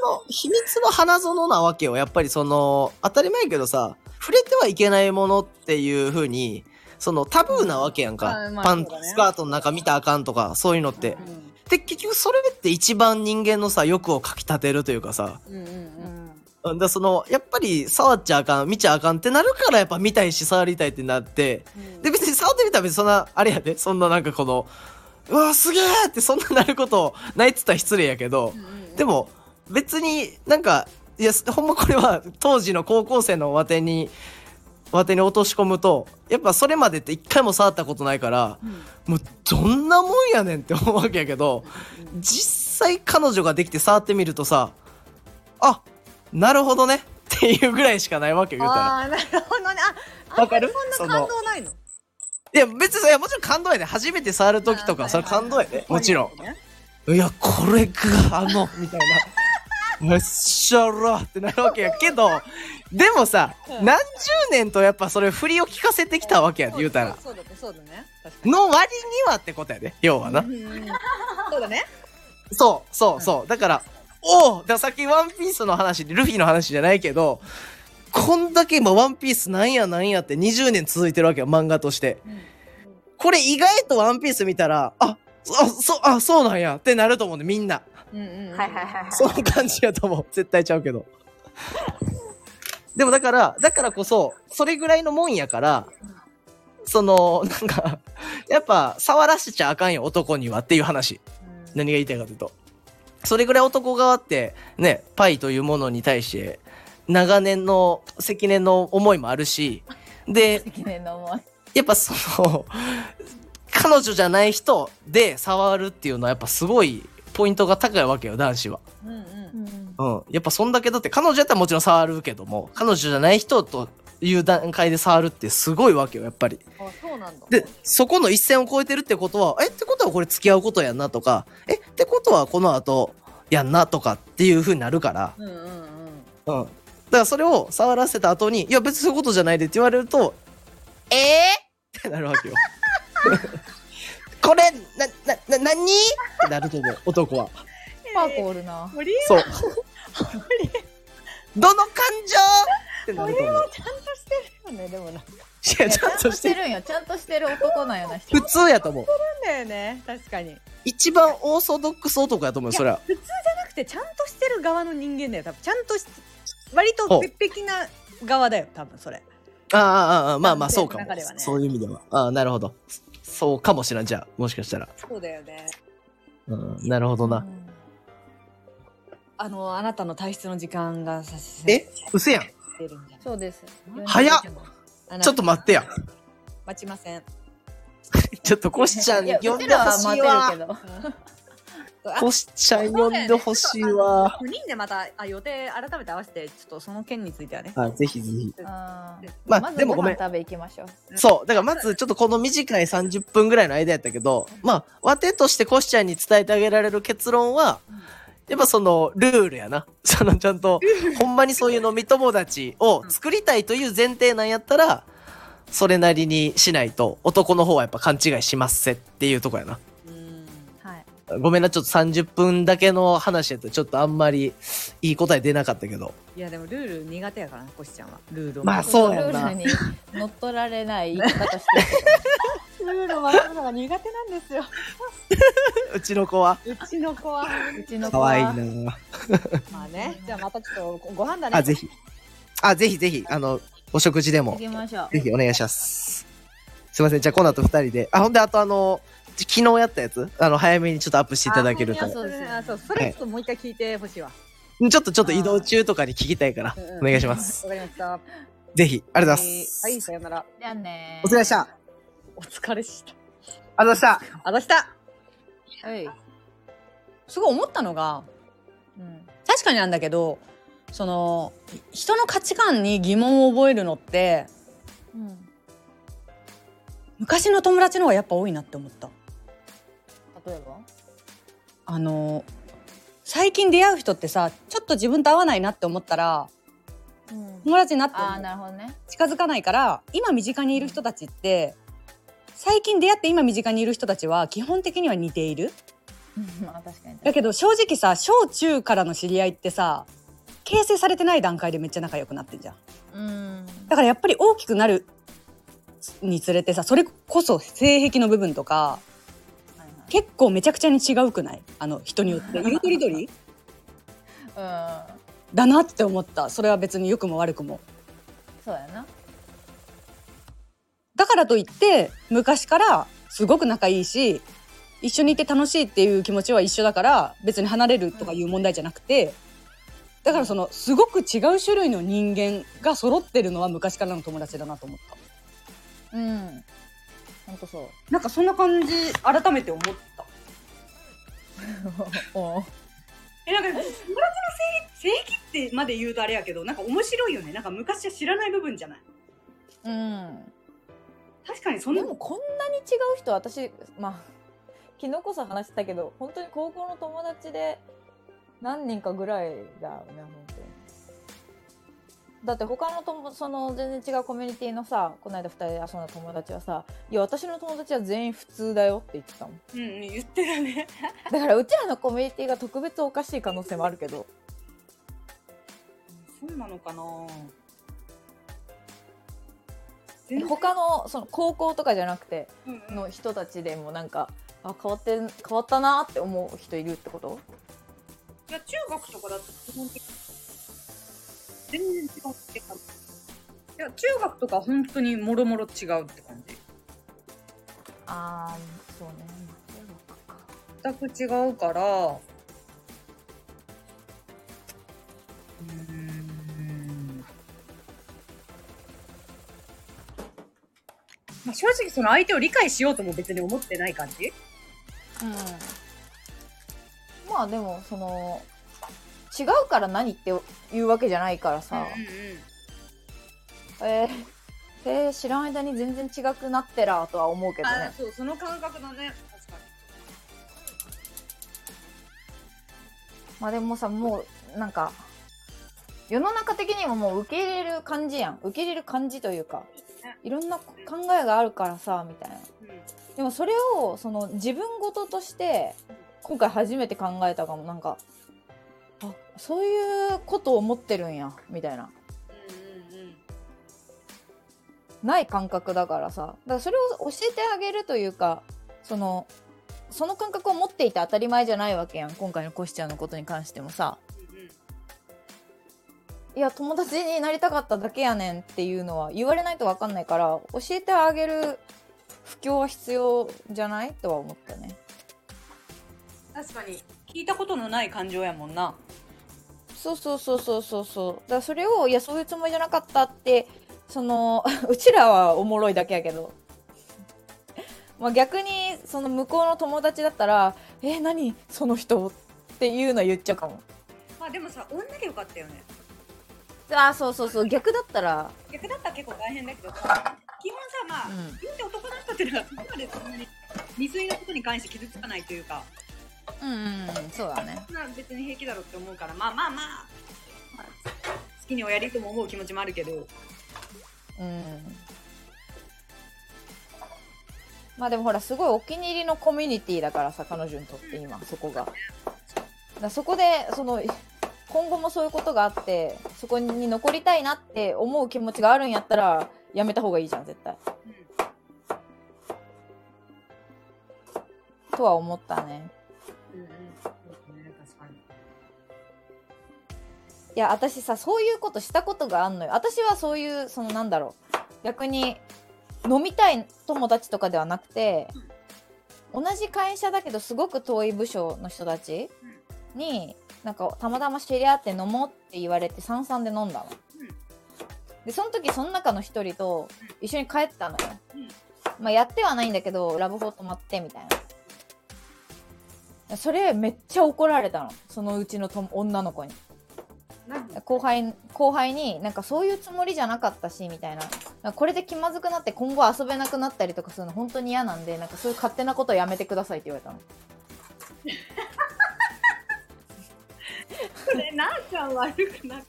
の秘密の花園なわけよやっぱりその当たり前やけどさ触れてはいけないものっていう風にそのタブーなわけやんか、うんまあパン、そうだねスカートの中見たらあかんとかそういうのって、で結局それって一番人間のさ欲をかきたてるというかさうんうんうんだからそのやっぱり触っちゃあかん見ちゃあかんってなるからやっぱ見たいし触りたいってなってうんで別に触ってみたら別にそんなあれやでそんななんかこのうわすげえってそんななることないっつったら失礼やけど、でも別になんかいやほんまこれは当時の高校生のわてにわてに落とし込むとやっぱそれまでって一回も触ったことないからうんもうどんなもんやねんって思うわけやけど実際彼女ができて触ってみるとさあなるほどねっていうぐらいしかないわけよ言うたら。ああーなるほどねあわかるあそんまりそんな感の動ないのいや別にいやもちろん感動やで初めて触る時とあかーそれ感動やでもちろんねいや、これが、あの、みたいな。よっしゃろってなるわけやけどでもさうん何十年とやっぱそれ振りを聞かせてきたわけやで言うたらそうだねそうだね確かにの割にはってことやで要はなうんそうだねそうそうそうだからおおだからさっき「ワンピースの話でルフィの話じゃないけどこんだけ今「ワンピースなんやなんやって20年続いてるわけよ漫画としてこれ意外と「ワンピース見たらあそそあそうなんやってなると思うんでみんなうんうんうんはいはいは いその感じやと思う。絶対ちゃうけど。でもだから、だからこそ、それぐらいのもんやから、その、なんか、やっぱ、触らせちゃあかんよ、男にはっていう話。何が言いたいかというと。それぐらい男側って、ね、パイというものに対して、長年の、積年の思いもあるし、で、記念の思い。やっぱその彼女じゃない人で触るっていうのはやっぱすごいポイントが高いわけよ男子は。うんうんうんうん、やっぱそんだけだって彼女やったらもちろん触るけども彼女じゃない人という段階で触るってすごいわけよやっぱり。あそうなんだでそこの一線を越えてるってことはえってことはこれ付き合うことやんなとかえってことはこの後やんなとかっていう風になるから、うんうんうんうん、だからそれを触らせた後に「いや別にそういうことじゃないで」って言われると「えー!」ってなるわ けよ。これななな何ってなると思う男は。パーコおるな。堀そう。どの感情ってなると思う。ちゃんとしてるよねでもなんいや、ちゃんとしてる。るんよ。ちゃんとしてる男なんよな人普。通やと思う。だよね確かに一番オーソドックス男やと思うよ、それは。普通じゃなくてちゃんとしてる側の人間だよ多分ちゃんとし割と潔癖な側だよ多分それああ、ああああ、まあまあ、そうかも男性の中では。ねそういう意味では。ああ、なるほど。そうかもしれん、じゃあ、もしかしたら。そうだよねうん、なるほどな。あのあなたの体質の時間が差し迫っえ嘘やん。てるんじゃそうです。早っないちょっと待ってや。待ちませんちょっとコシちゃんいにや呼んでほしいわ。うちらは待てるけど。あコシちゃん呼んでほしいわ。 5人でまたあ予定改めて合わせてちょっとその件についてはねはい、ぜひぜひ。あーまあまずでもごごめん飯食べ行きましょう。そう。だからまずちょっとこの短い30分ぐらいの間やったけど、まあ、わてとしてコシちゃんに伝えてあげられる結論は、やっぱそのルールやな。 そのちゃんと、ほんまにそういう飲み友達を作りたいという前提なんやったら、それなりにしないと男の方はやっぱ勘違いしますせっていうとこやな。うんはい。ごめんな、ちょっと30分だけの話やったらちょっとあんまりいい答え出なかったけど。いやでもルール苦手やからなコシちゃんはルールをまあそうやんルーなル。に乗っ取られない言い方してるけど。ル ールを守るのが苦手なんですようちの子は。うちの子はうちの子可は愛いな。まあねじゃあまたちょっとご飯だねあ、ぜひ。あ、ぜひぜひ、あの、お食事でも行。きましょう。ぜひお願いします。すいません。じゃあ、この後二人で。あ、ほんで、あとあの、昨日やったやつあの、早めにちょっとアップしていただけると。あちそうですねあそうそれちょっともう一回聞いてほしいわ、ょっとちょっと移動中とかに聞きたいからうんうん、お願いします。わかりましたあぜひ、ありがとうございます。はいさよならじゃあねお疲れ様でした。ありお疲れしたがとうございました。あだしたはい。すごい思ったのがうん。確かになんだけどその人の価値観に疑問を覚えるのってうん。昔の友達の方がやっぱ多いなって思った例えばあの最近出会う人ってさちょっと自分と合わないなって思ったらうん。友達になってああ、なるほどね。近づかないから今身近にいる人たちって最近出会って今身近にいる人たちは基本的には似ているまあ確かに。だけど正直さ小中からの知り合いってさ形成されてない段階でめっちゃ仲良くなってんじゃんうん。だからやっぱり大きくなるにつれてさそれこそ性癖の部分とかはい結構めちゃくちゃに違うくないあの人によって色とりどりはいうん。だなって思ったそれは別に良くも悪くもそうやな。だからといって昔からすごく仲いいし一緒にいて楽しいっていう気持ちは一緒だから別に離れるとかいう問題じゃなくてだからそのすごく違う種類の人間が揃ってるのは昔からの友達だなと思ったうん。ほんとそう。なんかそんな感じ改めて思った おえなんか友達の性性癖ってまで言うとあれやけどなんか面白いよねなんか昔は知らない部分じゃないうん。確かにそでもこんなに違う人私まあ昨日こそ話してたけど本当に高校の友達で何人かぐらいだよね、本当に。だって他のともその全然違うコミュニティのさこの間2人で遊んだ友達はさ「いや私の友達は全員普通だよ」って言ってたもんうん、言ってたね。だからうちらのコミュニティが特別おかしい可能性もあるけどそうなのかな。え他のその高校とかじゃなくてうんうんの人たちでもなんかあ変わってん変わったなって思う人いるってこといや、中学とかだと基本的に全然違うって感じ。いや中学とか本当にもろもろ違うって感じああそうね全く違うからうーんまあ正直その相手を理解しようとも別に思ってない感じうんまあでもその違うから何って言うわけじゃないからさ、えーえー知らん間に全然違くなってらとは思うけどあねそうその感覚だね確かにまあでもさもうなんか世の中的にももう受け入れる感じやん受け入れる感じというかいろんな考えがあるからさみたいなでもそれをその自分事として今回初めて考えたかもなんかあそういうことを思ってるんやみたいなうんうんうんない感覚だからさだからそれを教えてあげるというかそのその感覚を持っていて当たり前じゃないわけやん今回のコシちゃんのことに関してもさいや友達になりたかっただけやねんっていうのは言われないと分かんないから教えてあげる布教は必要じゃないとは思ったね確かに。聞いたことのない感情やもんな。そうそうそうそうそうそうだからそれをいやそういうつもりじゃなかったってその うちらはおもろいだけやけどまあ逆にその向こうの友達だったら「え何その人」っていうのは言っちゃうかもまあでもさ女でよかったよねあそうそうそう逆だったら逆だったら結構大変だけ どさ基本さまあ、うん言うて男の人っていうのはそこまでそんなに未遂のことに関して傷つかないというかうんうんそうだねまあ別に平気だろうって思うからまあまあまあ、まあ好きにおやりとも思う気持ちもあるけどうんまあでもほらすごいお気に入りのコミュニティだからさ彼女にとって今そこが。だからそこでその今後もそういうことがあってそこに残りたいなって思う気持ちがあるんやったらやめた方がいいじゃん絶対。とは思ったね。うんうん確かにいや私さそういうことしたことがあんのよ私はそういうそのなんだろう逆に飲みたい友達とかではなくて同じ会社だけどすごく遠い部署の人たちになんかたまたま知り合って飲もうって言われて三々で飲んだのうん。でその時その中の一人と一緒に帰ったのようん。まあ、やってはないんだけどラブホ泊まってみたいな。それめっちゃ怒られたのそのうちのとも女の子に。何後輩後輩になんかそういうつもりじゃなかったしみたいななんかこれで気まずくなって今後遊べなくなったりとかするの本当に嫌なんでなんかそういう勝手なことはやめてくださいって言われたのそれなーちゃん悪くなく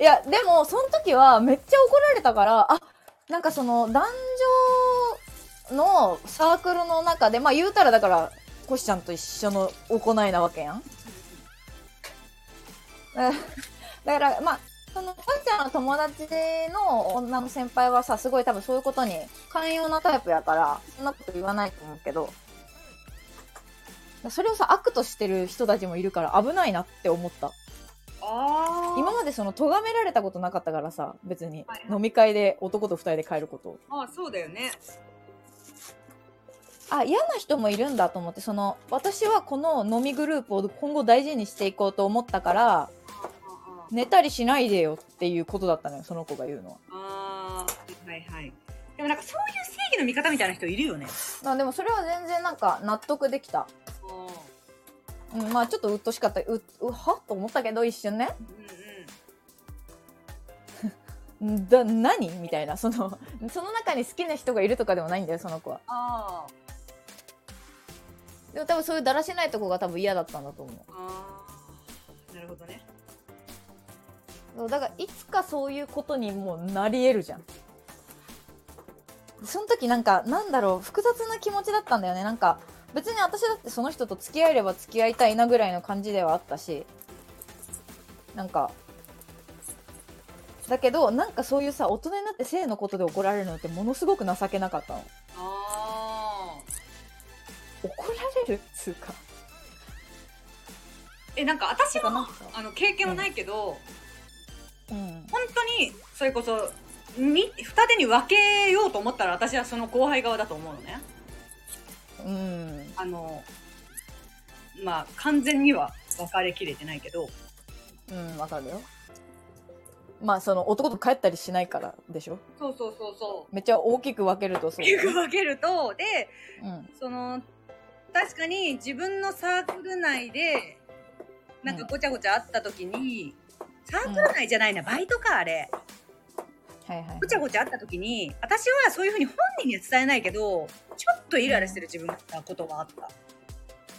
いやでもその時はめっちゃ怒られたからあなんかその男女のサークルの中でまあ言うたらだからコシちゃんと一緒の行いなわけやん だからまあそのコシちゃんの友達の女の先輩はさすごい多分そういうことに寛容なタイプやからそんなこと言わないと思うけどそれをさ悪としてる人たちもいるから危ないなって思ったあ今までその咎められたことなかったからさ別にはいはい飲み会で男と2人で帰ることああそうだよねあ嫌な人もいるんだと思ってその私はこの飲みグループを今後大事にしていこうと思ったからあ寝たりしないでよっていうことだったのよその子が言うのはあーはいはいでもなんかそういう正義の味方みたいな人いるよねまあでもそれは全然なんか納得できた、うんうんうん、まあちょっとうっとしかったううはと思ったけど一瞬ねんだ何みたい なそのその中に好きな人がいるとかでもないんだよその子はああでも多分そういうだらしないとこが多分嫌だったんだと思あーなるほどねうだからいつかそういうことにもうなり得るじゃんその時なんかなんだろう複雑な気持ちだったんだよねなんか別に私だってその人と付き合えれば付き合いたいなぐらいの感じではあったしなんかだけどなんかそういうさ大人になって性のことで怒られるのってものすごく情けなかったのああ怒られるっつうかえなんか私てかなんはかあの経験はないけど、うん本当にそれこそに二手に分けようと思ったら私はその後輩側だと思うのねうんあのまあ完全には分かれきれてないけどうんわかるよまあその男と帰ったりしないからでしょそうそうそうそうめっちゃ大きく分けるとそう結構分けるとでうんその確かに自分のサークル内でなんかごちゃごちゃあった時に、サークル内じゃないな、バイトかあれはいはいごちゃごちゃあった時に私はそういうふうに本人には伝えないけどちょっとイライラしてる自分だったことはあっ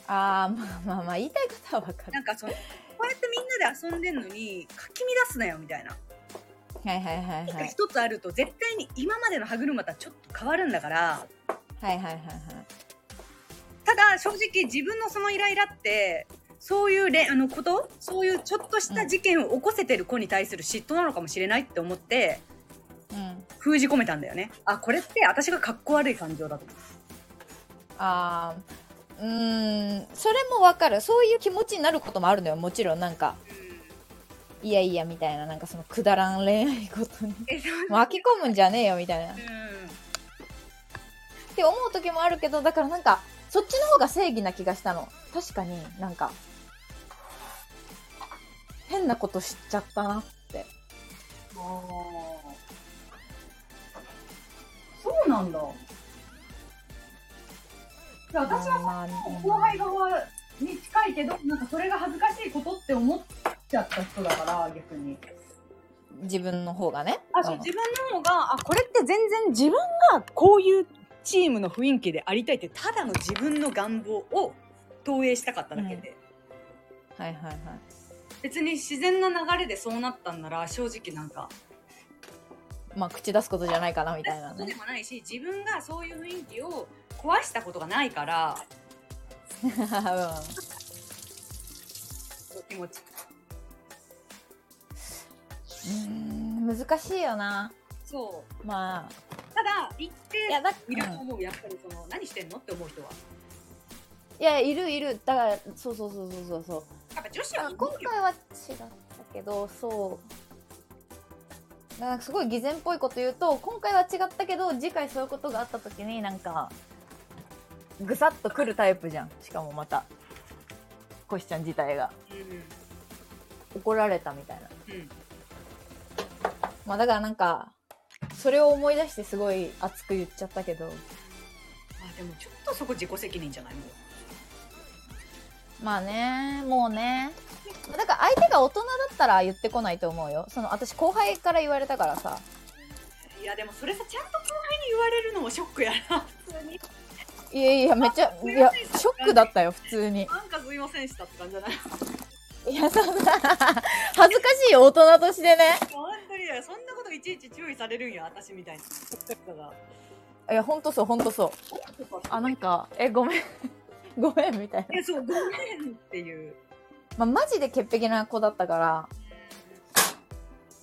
た。ああまあまあまあ言いたいことはわかなるんかそのこうやってみんなで遊んでんのにかき乱すなよみたいな。はいはいはいなんはかい一つあると絶対に今までの歯車とはちょっと変わるんだからはいはいはいはいただ正直自分のそのイライラってそういうれあのことそういうちょっとした事件を起こせてる子に対する嫉妬なのかもしれないって思ってうん封じ込めたんだよねあこれって私がかっこ悪い感情だと思うあーうーんそれもわかるそういう気持ちになることもあるのよもちろんなんかいやいやみたいななんかそのくだらん恋愛ことにえそう巻き込むんじゃねえよみたいなって思う時もあるけどだからなんかそっちの方が正義な気がしたの確かになんか変なこと知っちゃったなってそうなんだ私はまあまあ後輩側に近いけどなんかそれが恥ずかしいことって思っちゃった人だから逆に自分の方がねあそううん自分の方があこれって全然自分がこういうチームの雰囲気でありたいってただの自分の願望を投影したかっただけで、はいはいはい別に自然な流れでそうなったんなら正直なんかまあ口出すことじゃないかなみたいなそうでねもないし自分がそういう雰囲気を壊したことがないから気持ちうんうーん難しいよなそうまあただ一いや定だいるとうん思うやっぱりその何してんのって思う人はいやいるいるだからそうそうそうそうそうそうやっぱ女子だかはら今回は違ったけどそうなんかすごい偽善っぽいこと言うと今回は違ったけど次回そういうことがあった時になんかぐさっとくるタイプじゃんしかもまたコシちゃん自体がう怒られたみたいなんうんまあだからなんかそれを思い出してすごい熱く言っちゃったけどあでもちょっとそこ自己責任じゃないもうまあねもうねだから相手が大人だったら言ってこないと思うよその私後輩から言われたからさいやでもそれさちゃんと後輩に言われるのもショックやな普通にいやいやめっちゃいやショックだったよ普通になんかすいませんしたって感じじゃない いやそんな恥ずかしいよ大人としてね本当にそんなこといちいち注意されるんや私みたいなだからいやほんとそうほんとそうあなんかえごめん ごめんみたいな、えそうごめんっていうまあ、マジで潔癖な子だったから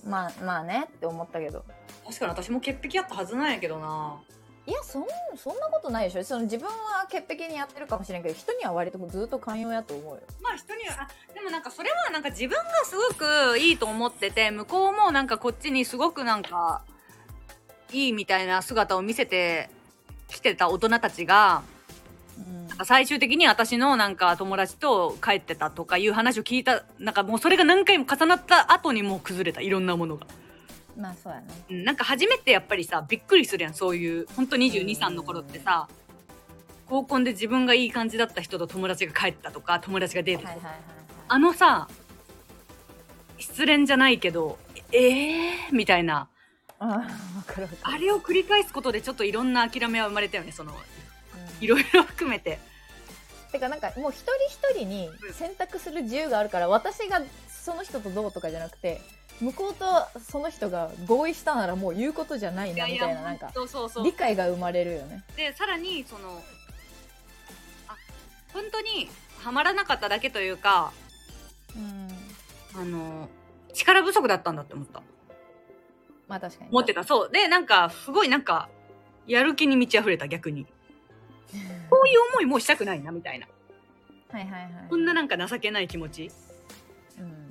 まあまあねって思ったけど確かに私も潔癖やったはずなんやけどないやそんそんなことないでしょその自分は潔癖にやってるかもしれんけど人には割とずっと寛容やと思うよまあ人にはあでもなんかそれはなんか自分がすごくいいと思ってて向こうもなんかこっちにすごくなんかいいみたいな姿を見せてきてた大人たちがうん最終的に私のなんか友達と帰ってたとかいう話を聞いたなんかもうそれが何回も重なった後にもう崩れたいろんなものが、まあそうやねうん、なんか初めてやっぱりさびっくりするやんそういうほんとうん2223の頃ってさ合コンで自分がいい感じだった人と友達が帰ったとか友達がデートしたはいはいはいはいあのさ失恋じゃないけどええー、みたいなあわかるわかるあれを繰り返すことでちょっといろんな諦めは生まれたよねそのうんいろいろ含めててかなんかもう一人一人に選択する自由があるから私がその人とどうとかじゃなくて向こうとその人が合意したならもう言うことじゃないいなやみいたいやななんかそうそうそう理解が生まれるよね。でさらにそのあ本当にはまらなかっただけというかうんあの力不足だったんだって思ったまあ確かに。思ってたそうでなんかすごいなんかやる気に満ち溢れた逆にこういう思いもうしたくないなみたいなはいはいはい。こんななんか情けない気持ちうん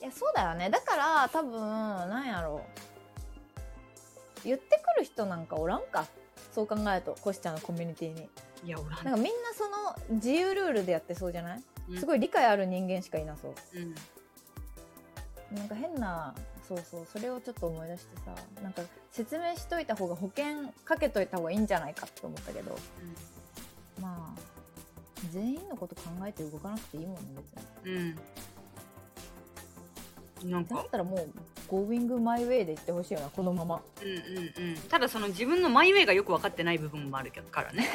いやそうだよねだから多分なんやろう言ってくる人なんかおらんかそう考えるとコシちゃんのコミュニティにいやおらんなんかみんなその自由ルールでやってそうじゃない、うんすごい理解ある人間しかいなそううんなんか変なそうそうそれをちょっと思い出してさなんか説明しといた方が保険かけといた方がいいんじゃないかって思ったけどまあ全員のこと考えて動かなくていいもんね別にうん、うん、なんだかったらもう「Going my way」で行ってほしいよなこのままうんうんうんただその自分のマイウェイがよく分かってない部分もあるからね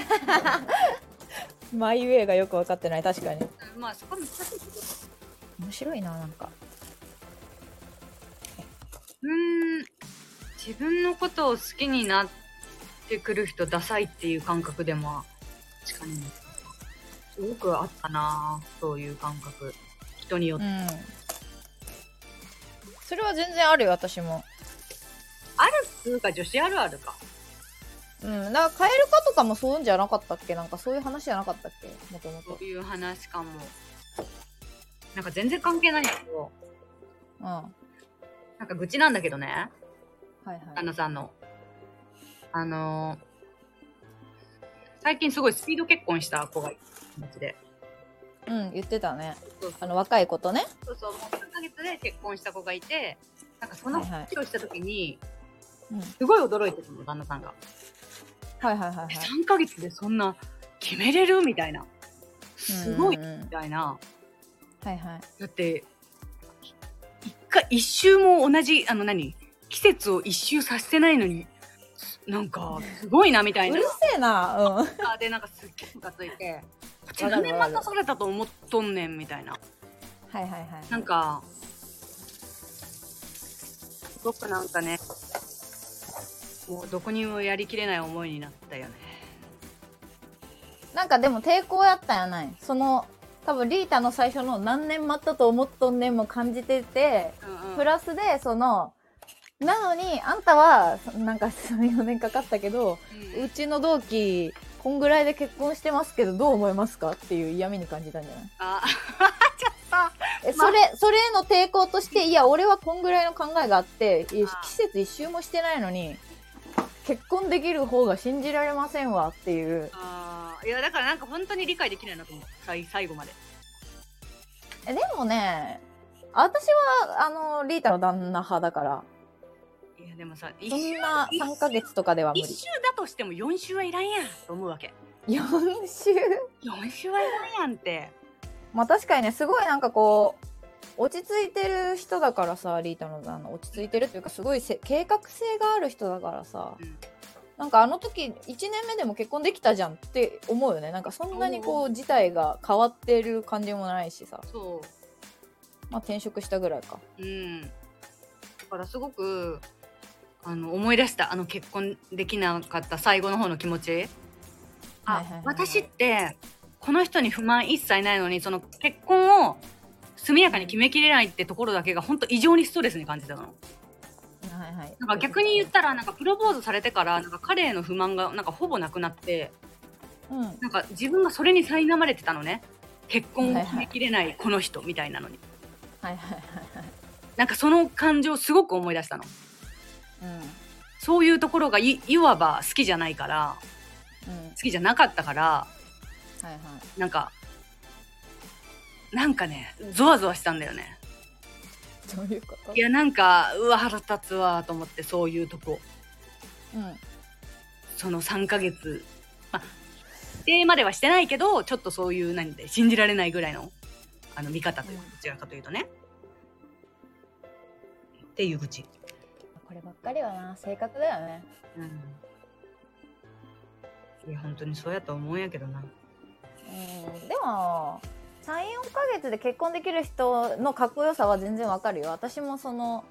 マイウェイがよく分かってない確かにうんまあそこも面白いななんかうん自分のことを好きになってくる人ダサいっていう感覚でも確かにすごくあったなそういう感覚人によって、んそれは全然あるよ私もあるっつうか女子あるあるかうんだから蛙化とかもそういうんじゃなかったっけなんかそういう話じゃなかったっけもともそとういう話かもなんか全然関係ないけどうんはなんか愚痴なんだけどねいはい旦那さんのあのー最近すごいスピード結婚した子がいる友達でうん言ってたねそうそあうの若い子とねそうそうもう3ヶ月で結婚した子がいてなんかそのはいはい話をした時にうんすごい驚いてたの旦那さんが、はいはいはいはいえ3ヶ月でそんな決めれるみたいなすごいうんみうんうんたいなはいはいだって一回一周も同じあの何季節を一周させてないのになんかすごいなみたいうなるせえなうんでなんかすっ げえムカついて「こっちわかる何年待たされたと思っとんねん」みたいなはいはいはいなんかすごくなんかねもうどこにもやりきれない思いになったよねなんかでも抵抗やったんやないその多分リータの最初の何年待ったと思っとんねんも感じててうんうんプラスでそのなのにあんたはなんか34年かかったけどうんうちの同期こんぐらいで結婚してますけどどう思いますかっていう嫌味に感じたんじゃないあちょっとえまあそれそれへの抵抗としていや俺はこんぐらいの考えがあっていやあ季節一周もしてないのに結婚できる方が信じられませんわっていうあーいやだからなんか本当に理解できないなと思う最最後までえでもね私はあのリータの旦那派だからいやでもさ一そん周な3ヶ月とかでは無一理周だとしても4周はいらんやんと思うわけ4週4周はいらんやんってまあ確かにねすごいなんかこう落ち着いてる人だからさリータのあの落ち着いてるっていうかすごいせ計画性がある人だからさ、うんなんかあの時1年目でも結婚できたじゃんって思うよねなんかそんなにこう事態が変わってる感じもないしさ、そうまあ、転職したぐらいかうん、だからすごくあの思い出したあの結婚できなかった最後の方の気持ちあ、はいはいはいはい私ってこの人に不満一切ないのにその結婚を速やかに決めきれないってところだけが本当異常にストレスに感じたのはいはいなんか逆に言ったらなんかプロポーズされてからなんか彼への不満がなんかほぼなくなってうんはいなんか自分がそれに苛まれてたのね結婚を決めきれないこの人みたいなのに、はいはいなんかその感情をすごく思い出したのはいそういうところがいいわば好きじゃないからうんうん好きじゃなかったからはいはいなんかなんかねゾワゾワしたんだよねどういうこといやなんかうわ腹立つわと思ってそういうとこうんはいその3ヶ月まあ否定まではしてないけどちょっとそういう何で信じられないぐらいのあの見方というかうんどちらかというとねっていう愚痴、こればっかりはな性格だよねうん、いや本当にそうやと思うんやけどなうんでも34ヶ月で結婚できる人のかっこよさは全然わかるよ私もその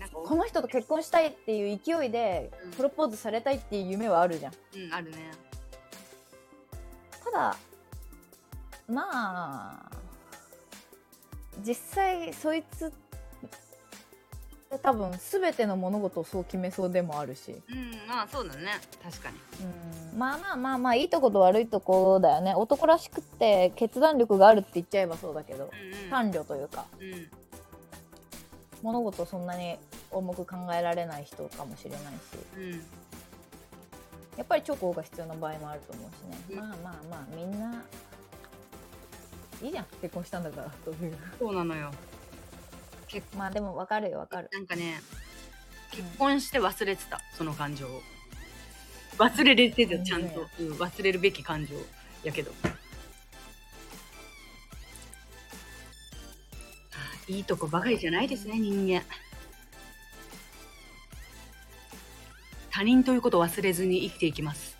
なんかこの人と結婚したいっていう勢いでうんプロポーズされたいっていう夢はあるじゃんうん、あるね。ただまあ実際そいつ多分全ての物事をそう決めそうでもあるしうん、まあそうだね。確かに。うんまあまあまあまあいいとこと悪いとこだよね男らしくって決断力があるって言っちゃえばそうだけどう伴侶というかん、うん。うん。物事をそんなに重く考えられない人かもしれないしうん。やっぱりチョコが必要な場合もあると思うしうんねまあまあまあみんないいじゃん結婚したんだからというそうなのよ。まあでもわかるよわかるなんかね、結婚して忘れてた、その感情を。忘れれてた、ちゃんと。うん、忘れるべき感情やけど。あいいとこばかりじゃないですね、人間。他人ということを忘れずに生きていきます。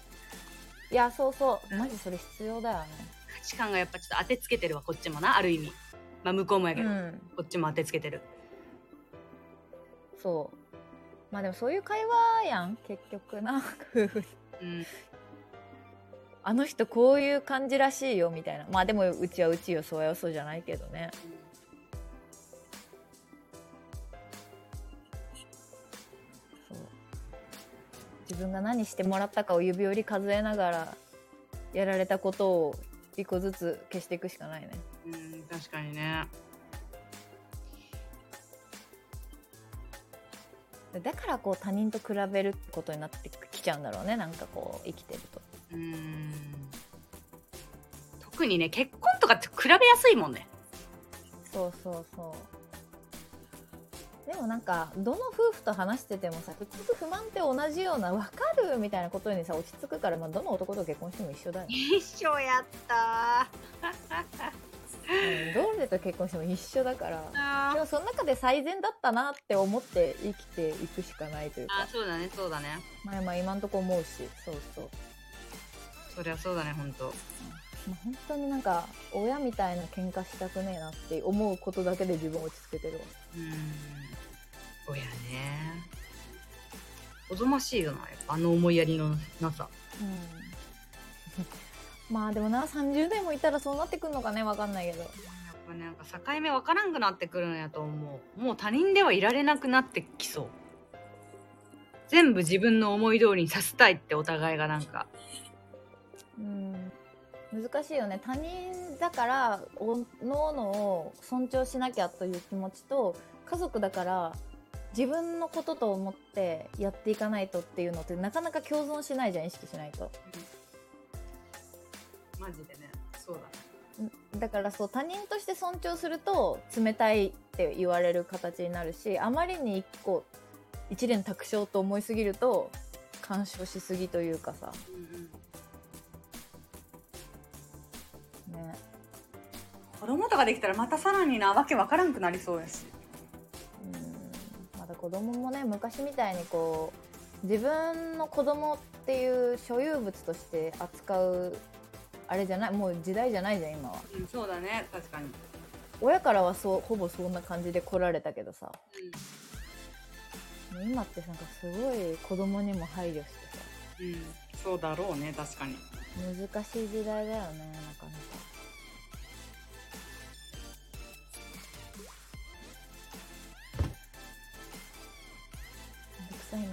いやそうそうマジそれ必要だよね価値観がやっぱちょっと当てつけてるわ、こっちもな、ある意味。まあ向こうもやけど、んこっちも当てつけてる。そうまあでもそういう会話やん結局な夫婦うん。あの人こういう感じらしいよみたいなまあでもうちはうちよそうやそうじゃないけどねそう自分が何してもらったかを指折り数えながらやられたことを一個ずつ消していくしかないねうん、確かにね。だからこう他人と比べることになってきちゃうんだろうねなんかこう生きてるとうーん特にね結婚とかって比べやすいもんねそうそうそうでもなんかどの夫婦と話しててもさ結局不満って同じような分かるみたいなことにさ落ち着くから、まあ、どの男と結婚しても一緒 だよ、一緒やったうん、どれと結婚しても一緒だからあでもその中で最善だったなって思って生きていくしかないというかそうだねそうだねまあまあ今んとこ思うしそうそう、そりゃそうだね本当まあ、本当になんか親みたいな喧嘩したくねえなって思うことだけで自分を落ち着けてるわうーん親ねおぞましいよなやっぱあの思いやりのなさうん まあでもな30年もいたらそうなってくんのかねわかんないけどやっぱねなんか境目わからんくなってくるんやと思うもう他人ではいられなくなってきそう全部自分の思い通りにさせたいってお互いがなんかうん難しいよね他人だからおのおのを尊重しなきゃという気持ちと家族だから自分のことと思ってやっていかないとっていうのってなかなか共存しないじゃん意識しないとマジでねそうだねんだからそう他人として尊重すると冷たいって言われる形になるしあまりに一個一連卓勝と思いすぎると干渉しすぎというかさね子供とかできたらまたさらになわけわからんくなりそうやしうんまだ子供もね昔みたいにこう自分の子供っていう所有物として扱うあれじゃないもう時代じゃないじゃん今はうんそうだね確かに、親からはそうほぼそんな感じで来られたけどさ今ってなんかすごい子供にも配慮してさうんそうだろうね確かに難しい時代だよねなかなかめんどくさいね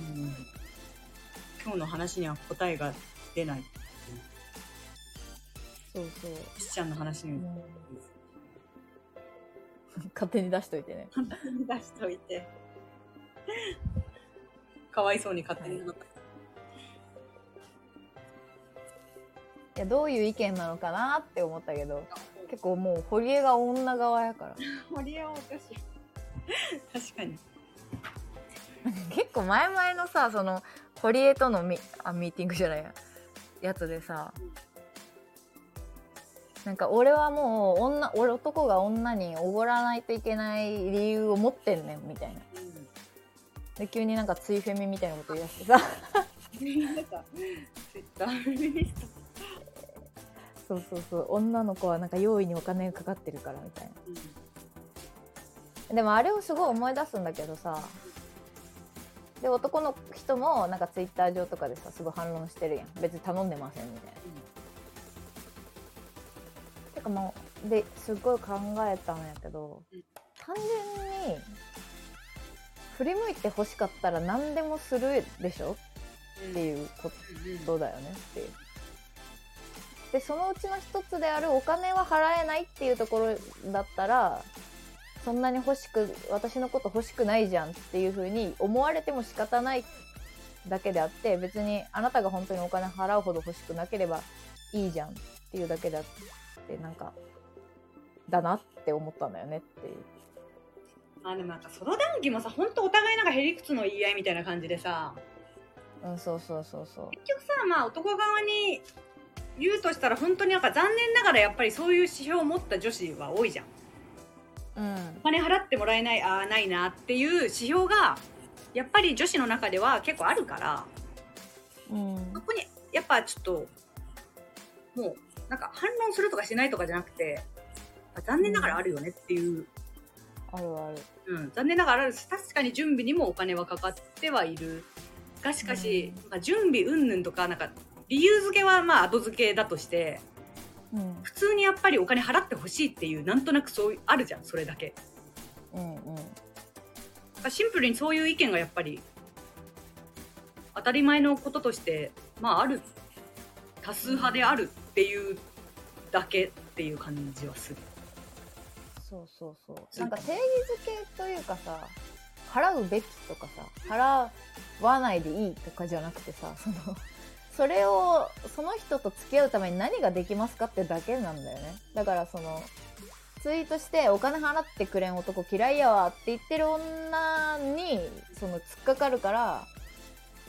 うん今日の話には答えが出ないそうそう、クッシャンの話にもう 勝手に出しといてね出しといてかわいそうに勝手になった、いやどういう意見なのかなって思ったけど結構もう堀江が女側やから盛り合わせし確かに結構前々のさその堀江とのミあミーティングじゃないややつでさなんか俺はもう女俺男が女におごらないといけない理由を持ってんねんみたいなで急になんかついフェミみたいなこと言い出してさうんなんかツイッターフェミニストそうそうそう女の子はなんか用意にお金がかかってるからみたいなでもあれをすごい思い出すんだけどさで男の人もなんかツイッター上とかでさすごい反論してるやん別に頼んでませんみたいな、てかもうですっごい考えたんやけど、うん単純に振り向いて欲しかったら何でもするでしょってうんいうこうんとだよねっていう。でそのうちの一つであるお金は払えないっていうところだったらそんなに欲しく私のこと欲しくないじゃんっていうふうに思われても仕方ないだけであって別にあなたが本当にお金払うほど欲しくなければいいじゃんっていうだけであってなんかだなって思ったんだよねっていう。あでもなんかソロ談義もさ本当お互いなんかへりくつの言い合いみたいな感じでさうん、そうそうそうそう。結局さまあ男側に言うとしたら本当になんか残念ながらやっぱりそういう指標を持った女子は多いじゃんうんお。金払ってもらえないああないなっていう指標がやっぱり女子の中では結構あるからうんそ。こにやっぱちょっともうなんか反論するとかしないとかじゃなくて残念ながらあるよねっていう、あるある。うん、残念ながらあるし確かに準備にもお金はかかってはいるがしかし、うなんか準備云々とかなんか理由付けはまあ後付けだとしてうん。普通にやっぱりお金払ってほしいっていうなんとなくそういうあるじゃんそれだけうんうん。だからシンプルにそういう意見がやっぱり当たり前のこととしてまあある多数派であるっていうだけっていう感じはする。そうそうそうなんか定義づけというかさ払うべきとかさ払わないでいいとかじゃなくてさそのそれをその人と付き合うために何ができますかってだけなんだよねだからそのツイートして「お金払ってくれん男嫌いやわ」って言ってる女にその突っかかるから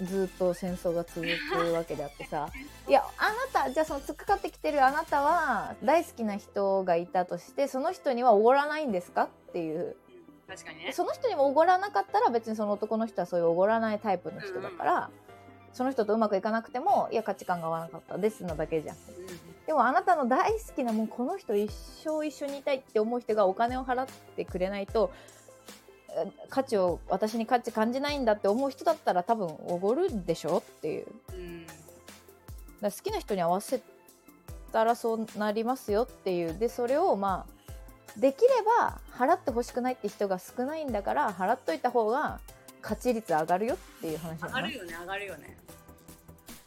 ずっと戦争が続くわけであってさいやあなたじゃあその突っかかってきてるあなたは大好きな人がいたとしてその人にはおごらないんですかっていう確かにね。その人にもおごらなかったら別にその男の人はそういうおごらないタイプの人だから、その人とうまくいかなくてもいや価値観が合わなかったですなだけじゃんでもあなたの大好きなもうこの人一生一緒にいたいって思う人がお金を払ってくれないとえ価値を私に価値感じないんだって思う人だったら多分おごるでしょっていううんだから好きな人に合わせたらそうなりますよっていうでそれをまあできれば払ってほしくないって人が少ないんだから払っといた方が勝ち率上がるよっていう話上ながのるよね上がるよね。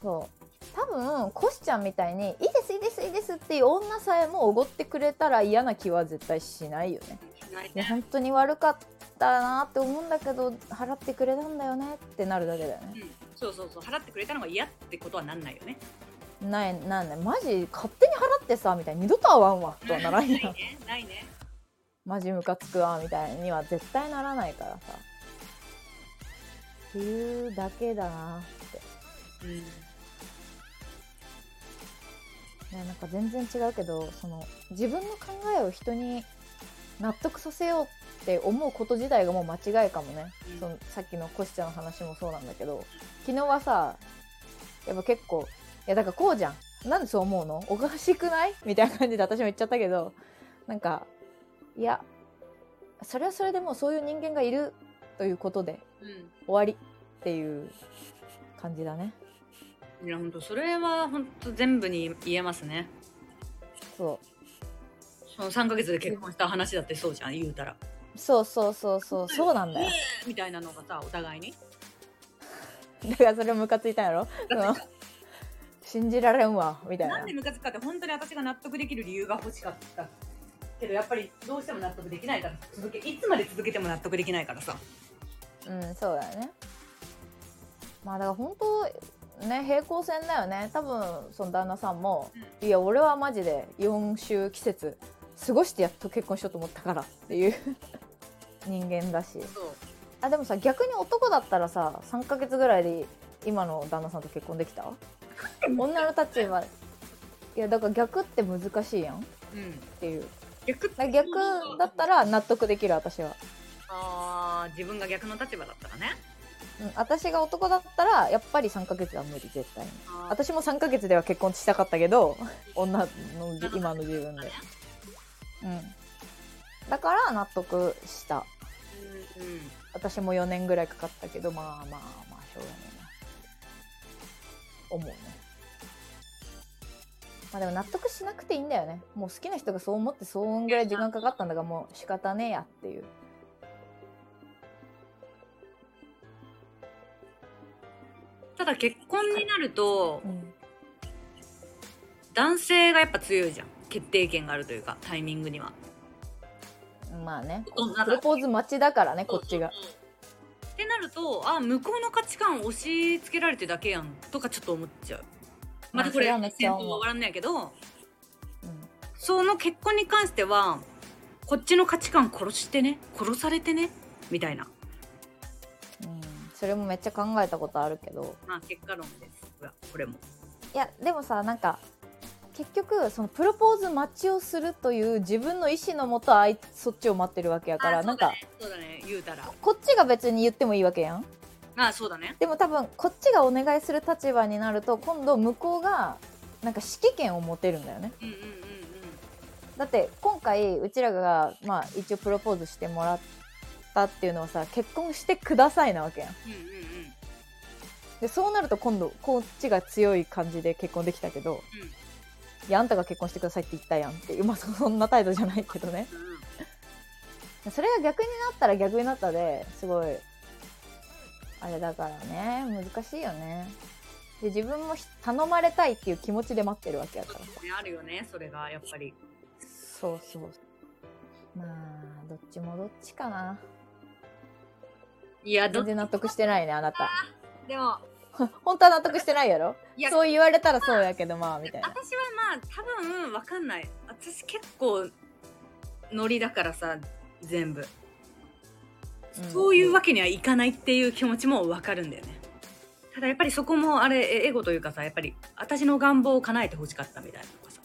そう多分コシちゃんみたいに「いいですいいですいいです」っていう女さえもおごってくれたら嫌な気は絶対しないよね。ないいやね。本当に悪かったなって思うんだけど払ってくれたんだよねってなるだけだよね。うんそうそうそう払ってくれたのが嫌ってことはなんないよね。ないなんねマジ勝手に払ってさみたいに二度と会わんわとはならんやん。ねないね。マジムカつくわみたいには絶対ならないからさっていうだけだなうんねなんか全然違うけどその自分の考えを人に納得させようって思うこと自体がもう間違いかもね、うんそのさっきのコシちゃんの話もそうなんだけど昨日はさやっぱ結構いやだからこうじゃんなんでそう思うのおかしくないみたいな感じで私も言っちゃったけどなんかいやそれはそれでもうそういう人間がいるということでう終わりっていう感じだねん。いや本当それは本当全部に言えますね。そうその3ヶ月で結婚した話だってそうじゃん言うたら。そうそうそうそうそうなんだよみたいなのがさお互いに。だからそれムカついたんやろその信じられんわみたいななんでムカつくかって本当に私が納得できる理由が欲しかったけどやっぱりどうしても納得できないから続けいつまで続けても納得できないからさうんそうだよねまあだから本当ね平行線だよね多分その旦那さんも、いや俺はマジで4週季節過ごしてやっと結婚しようと思ったからって いう人間だしそうあでもさ逆に男だったらさ3ヶ月ぐらいで今の旦那さんと結婚できた女の立場いやだから逆って難しいやんっうんていう逆だから逆だったら納得できる私はあー自分が逆の立場だったらねううん私が男だったらやっぱり3ヶ月は無理絶対にあ私も3ヶ月では結婚したかったけど女の今の自分でうんだから納得したうんうん私も4年ぐらいかかったけどまあまあまあしょうがないな思うねまあでも納得しなくていいんだよねもう好きな人がそう思ってそんぐらい時間かかったんだからもう仕方ねえやっていうただ結婚になるとうん男性がやっぱ強いじゃん決定権があるというかタイミングにはまあねうんなんかプロポーズ待ちだからねこっちがってなるとあ向こうの価値観押し付けられてるだけやんとかちょっと思っちゃうまたこれまあそれはめっち戦ゃ争思う終わらんねやけどうんその結婚に関してはこっちの価値観殺してね殺されてねみたいな、うんそれもめっちゃ考えたことあるけどまあ、結果論ですほらこれもいやでもさなんか結局そのプロポーズ待ちをするという自分の意思のもとあいそっちを待ってるわけやからあなんかそうだねそうだね言うたらこっちが別に言ってもいいわけやんあそうだねでも多分こっちがお願いする立場になると今度向こうがなんか指揮権を持てるんだよねうんうんうんうんだって今回うちらがまあ一応プロポーズしてもらったっていうのはさ結婚してくださいなわけやんうんうんうんでそうなると今度こっちが強い感じで結婚できたけど、うんいやあんたが結婚してくださいって言ったやんっていうまあそそんな態度じゃないけどねうんうんそれが逆になったら逆になったですごいあれだからね難しいよねで自分もひ頼まれたいっていう気持ちで待ってるわけやからねあるよねそれがやっぱりそうそうまあどっちもどっちかないやど全然納得してないねあなたでも本当は納得してないやろいやそう言われたらそうやけどまあみたいな私はまあ多分わかんない私結構ノリだからさ全部、 そういうわけにはいかないっていう気持ちもわかるんだよねただやっぱりそこもあれえエゴというかさやっぱり私の願望を叶えてほしかったみたいなのがさ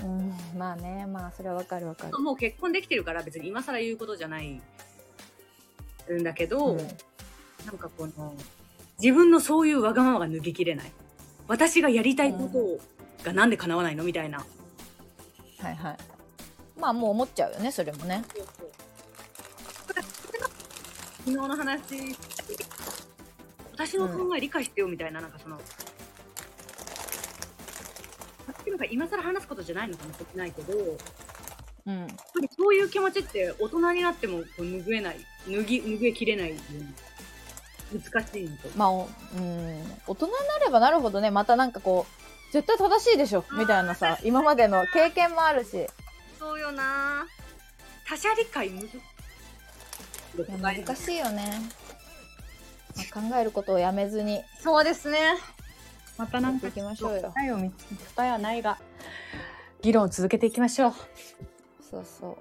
うん、まあねまあそれはわかるわかる、もう結婚できてるから別に今更言うことじゃないんだけど、うんなんかこの自分のそういうわがままが脱ぎきれない私がやりたいことがなんで叶わないのみたいなはいはいまあもう思っちゃうよねそれもね昨日の話私の考え理解してよみたいな、なんかそのさっきのが今更話すことじゃないのかもしれないけどやっうんぱりそういう気持ちって大人になってもこう拭えない脱ぎ拭えきれないような難しいのとまあおうん大人になればなるほどねまたなんかこう絶対正しいでしょみたいな さ今までの経験もあるしそうよな他者理解むず難しいよね、まあ考えることをやめずにそうですねまたやっていきましょうよ答えを見つけ答えはないが議論を続けていきましょうそうそう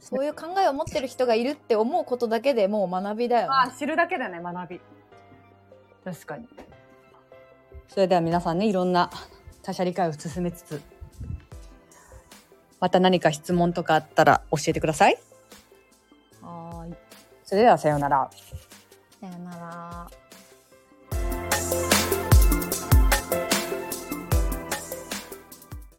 そういう考えを持ってる人がいるって思うことだけでもう学びだよね、知るだけだね学び確かにそれでは皆さんねいろんな他者理解を進めつつまた何か質問とかあったら教えてくださいはーいそれではさようならさよなら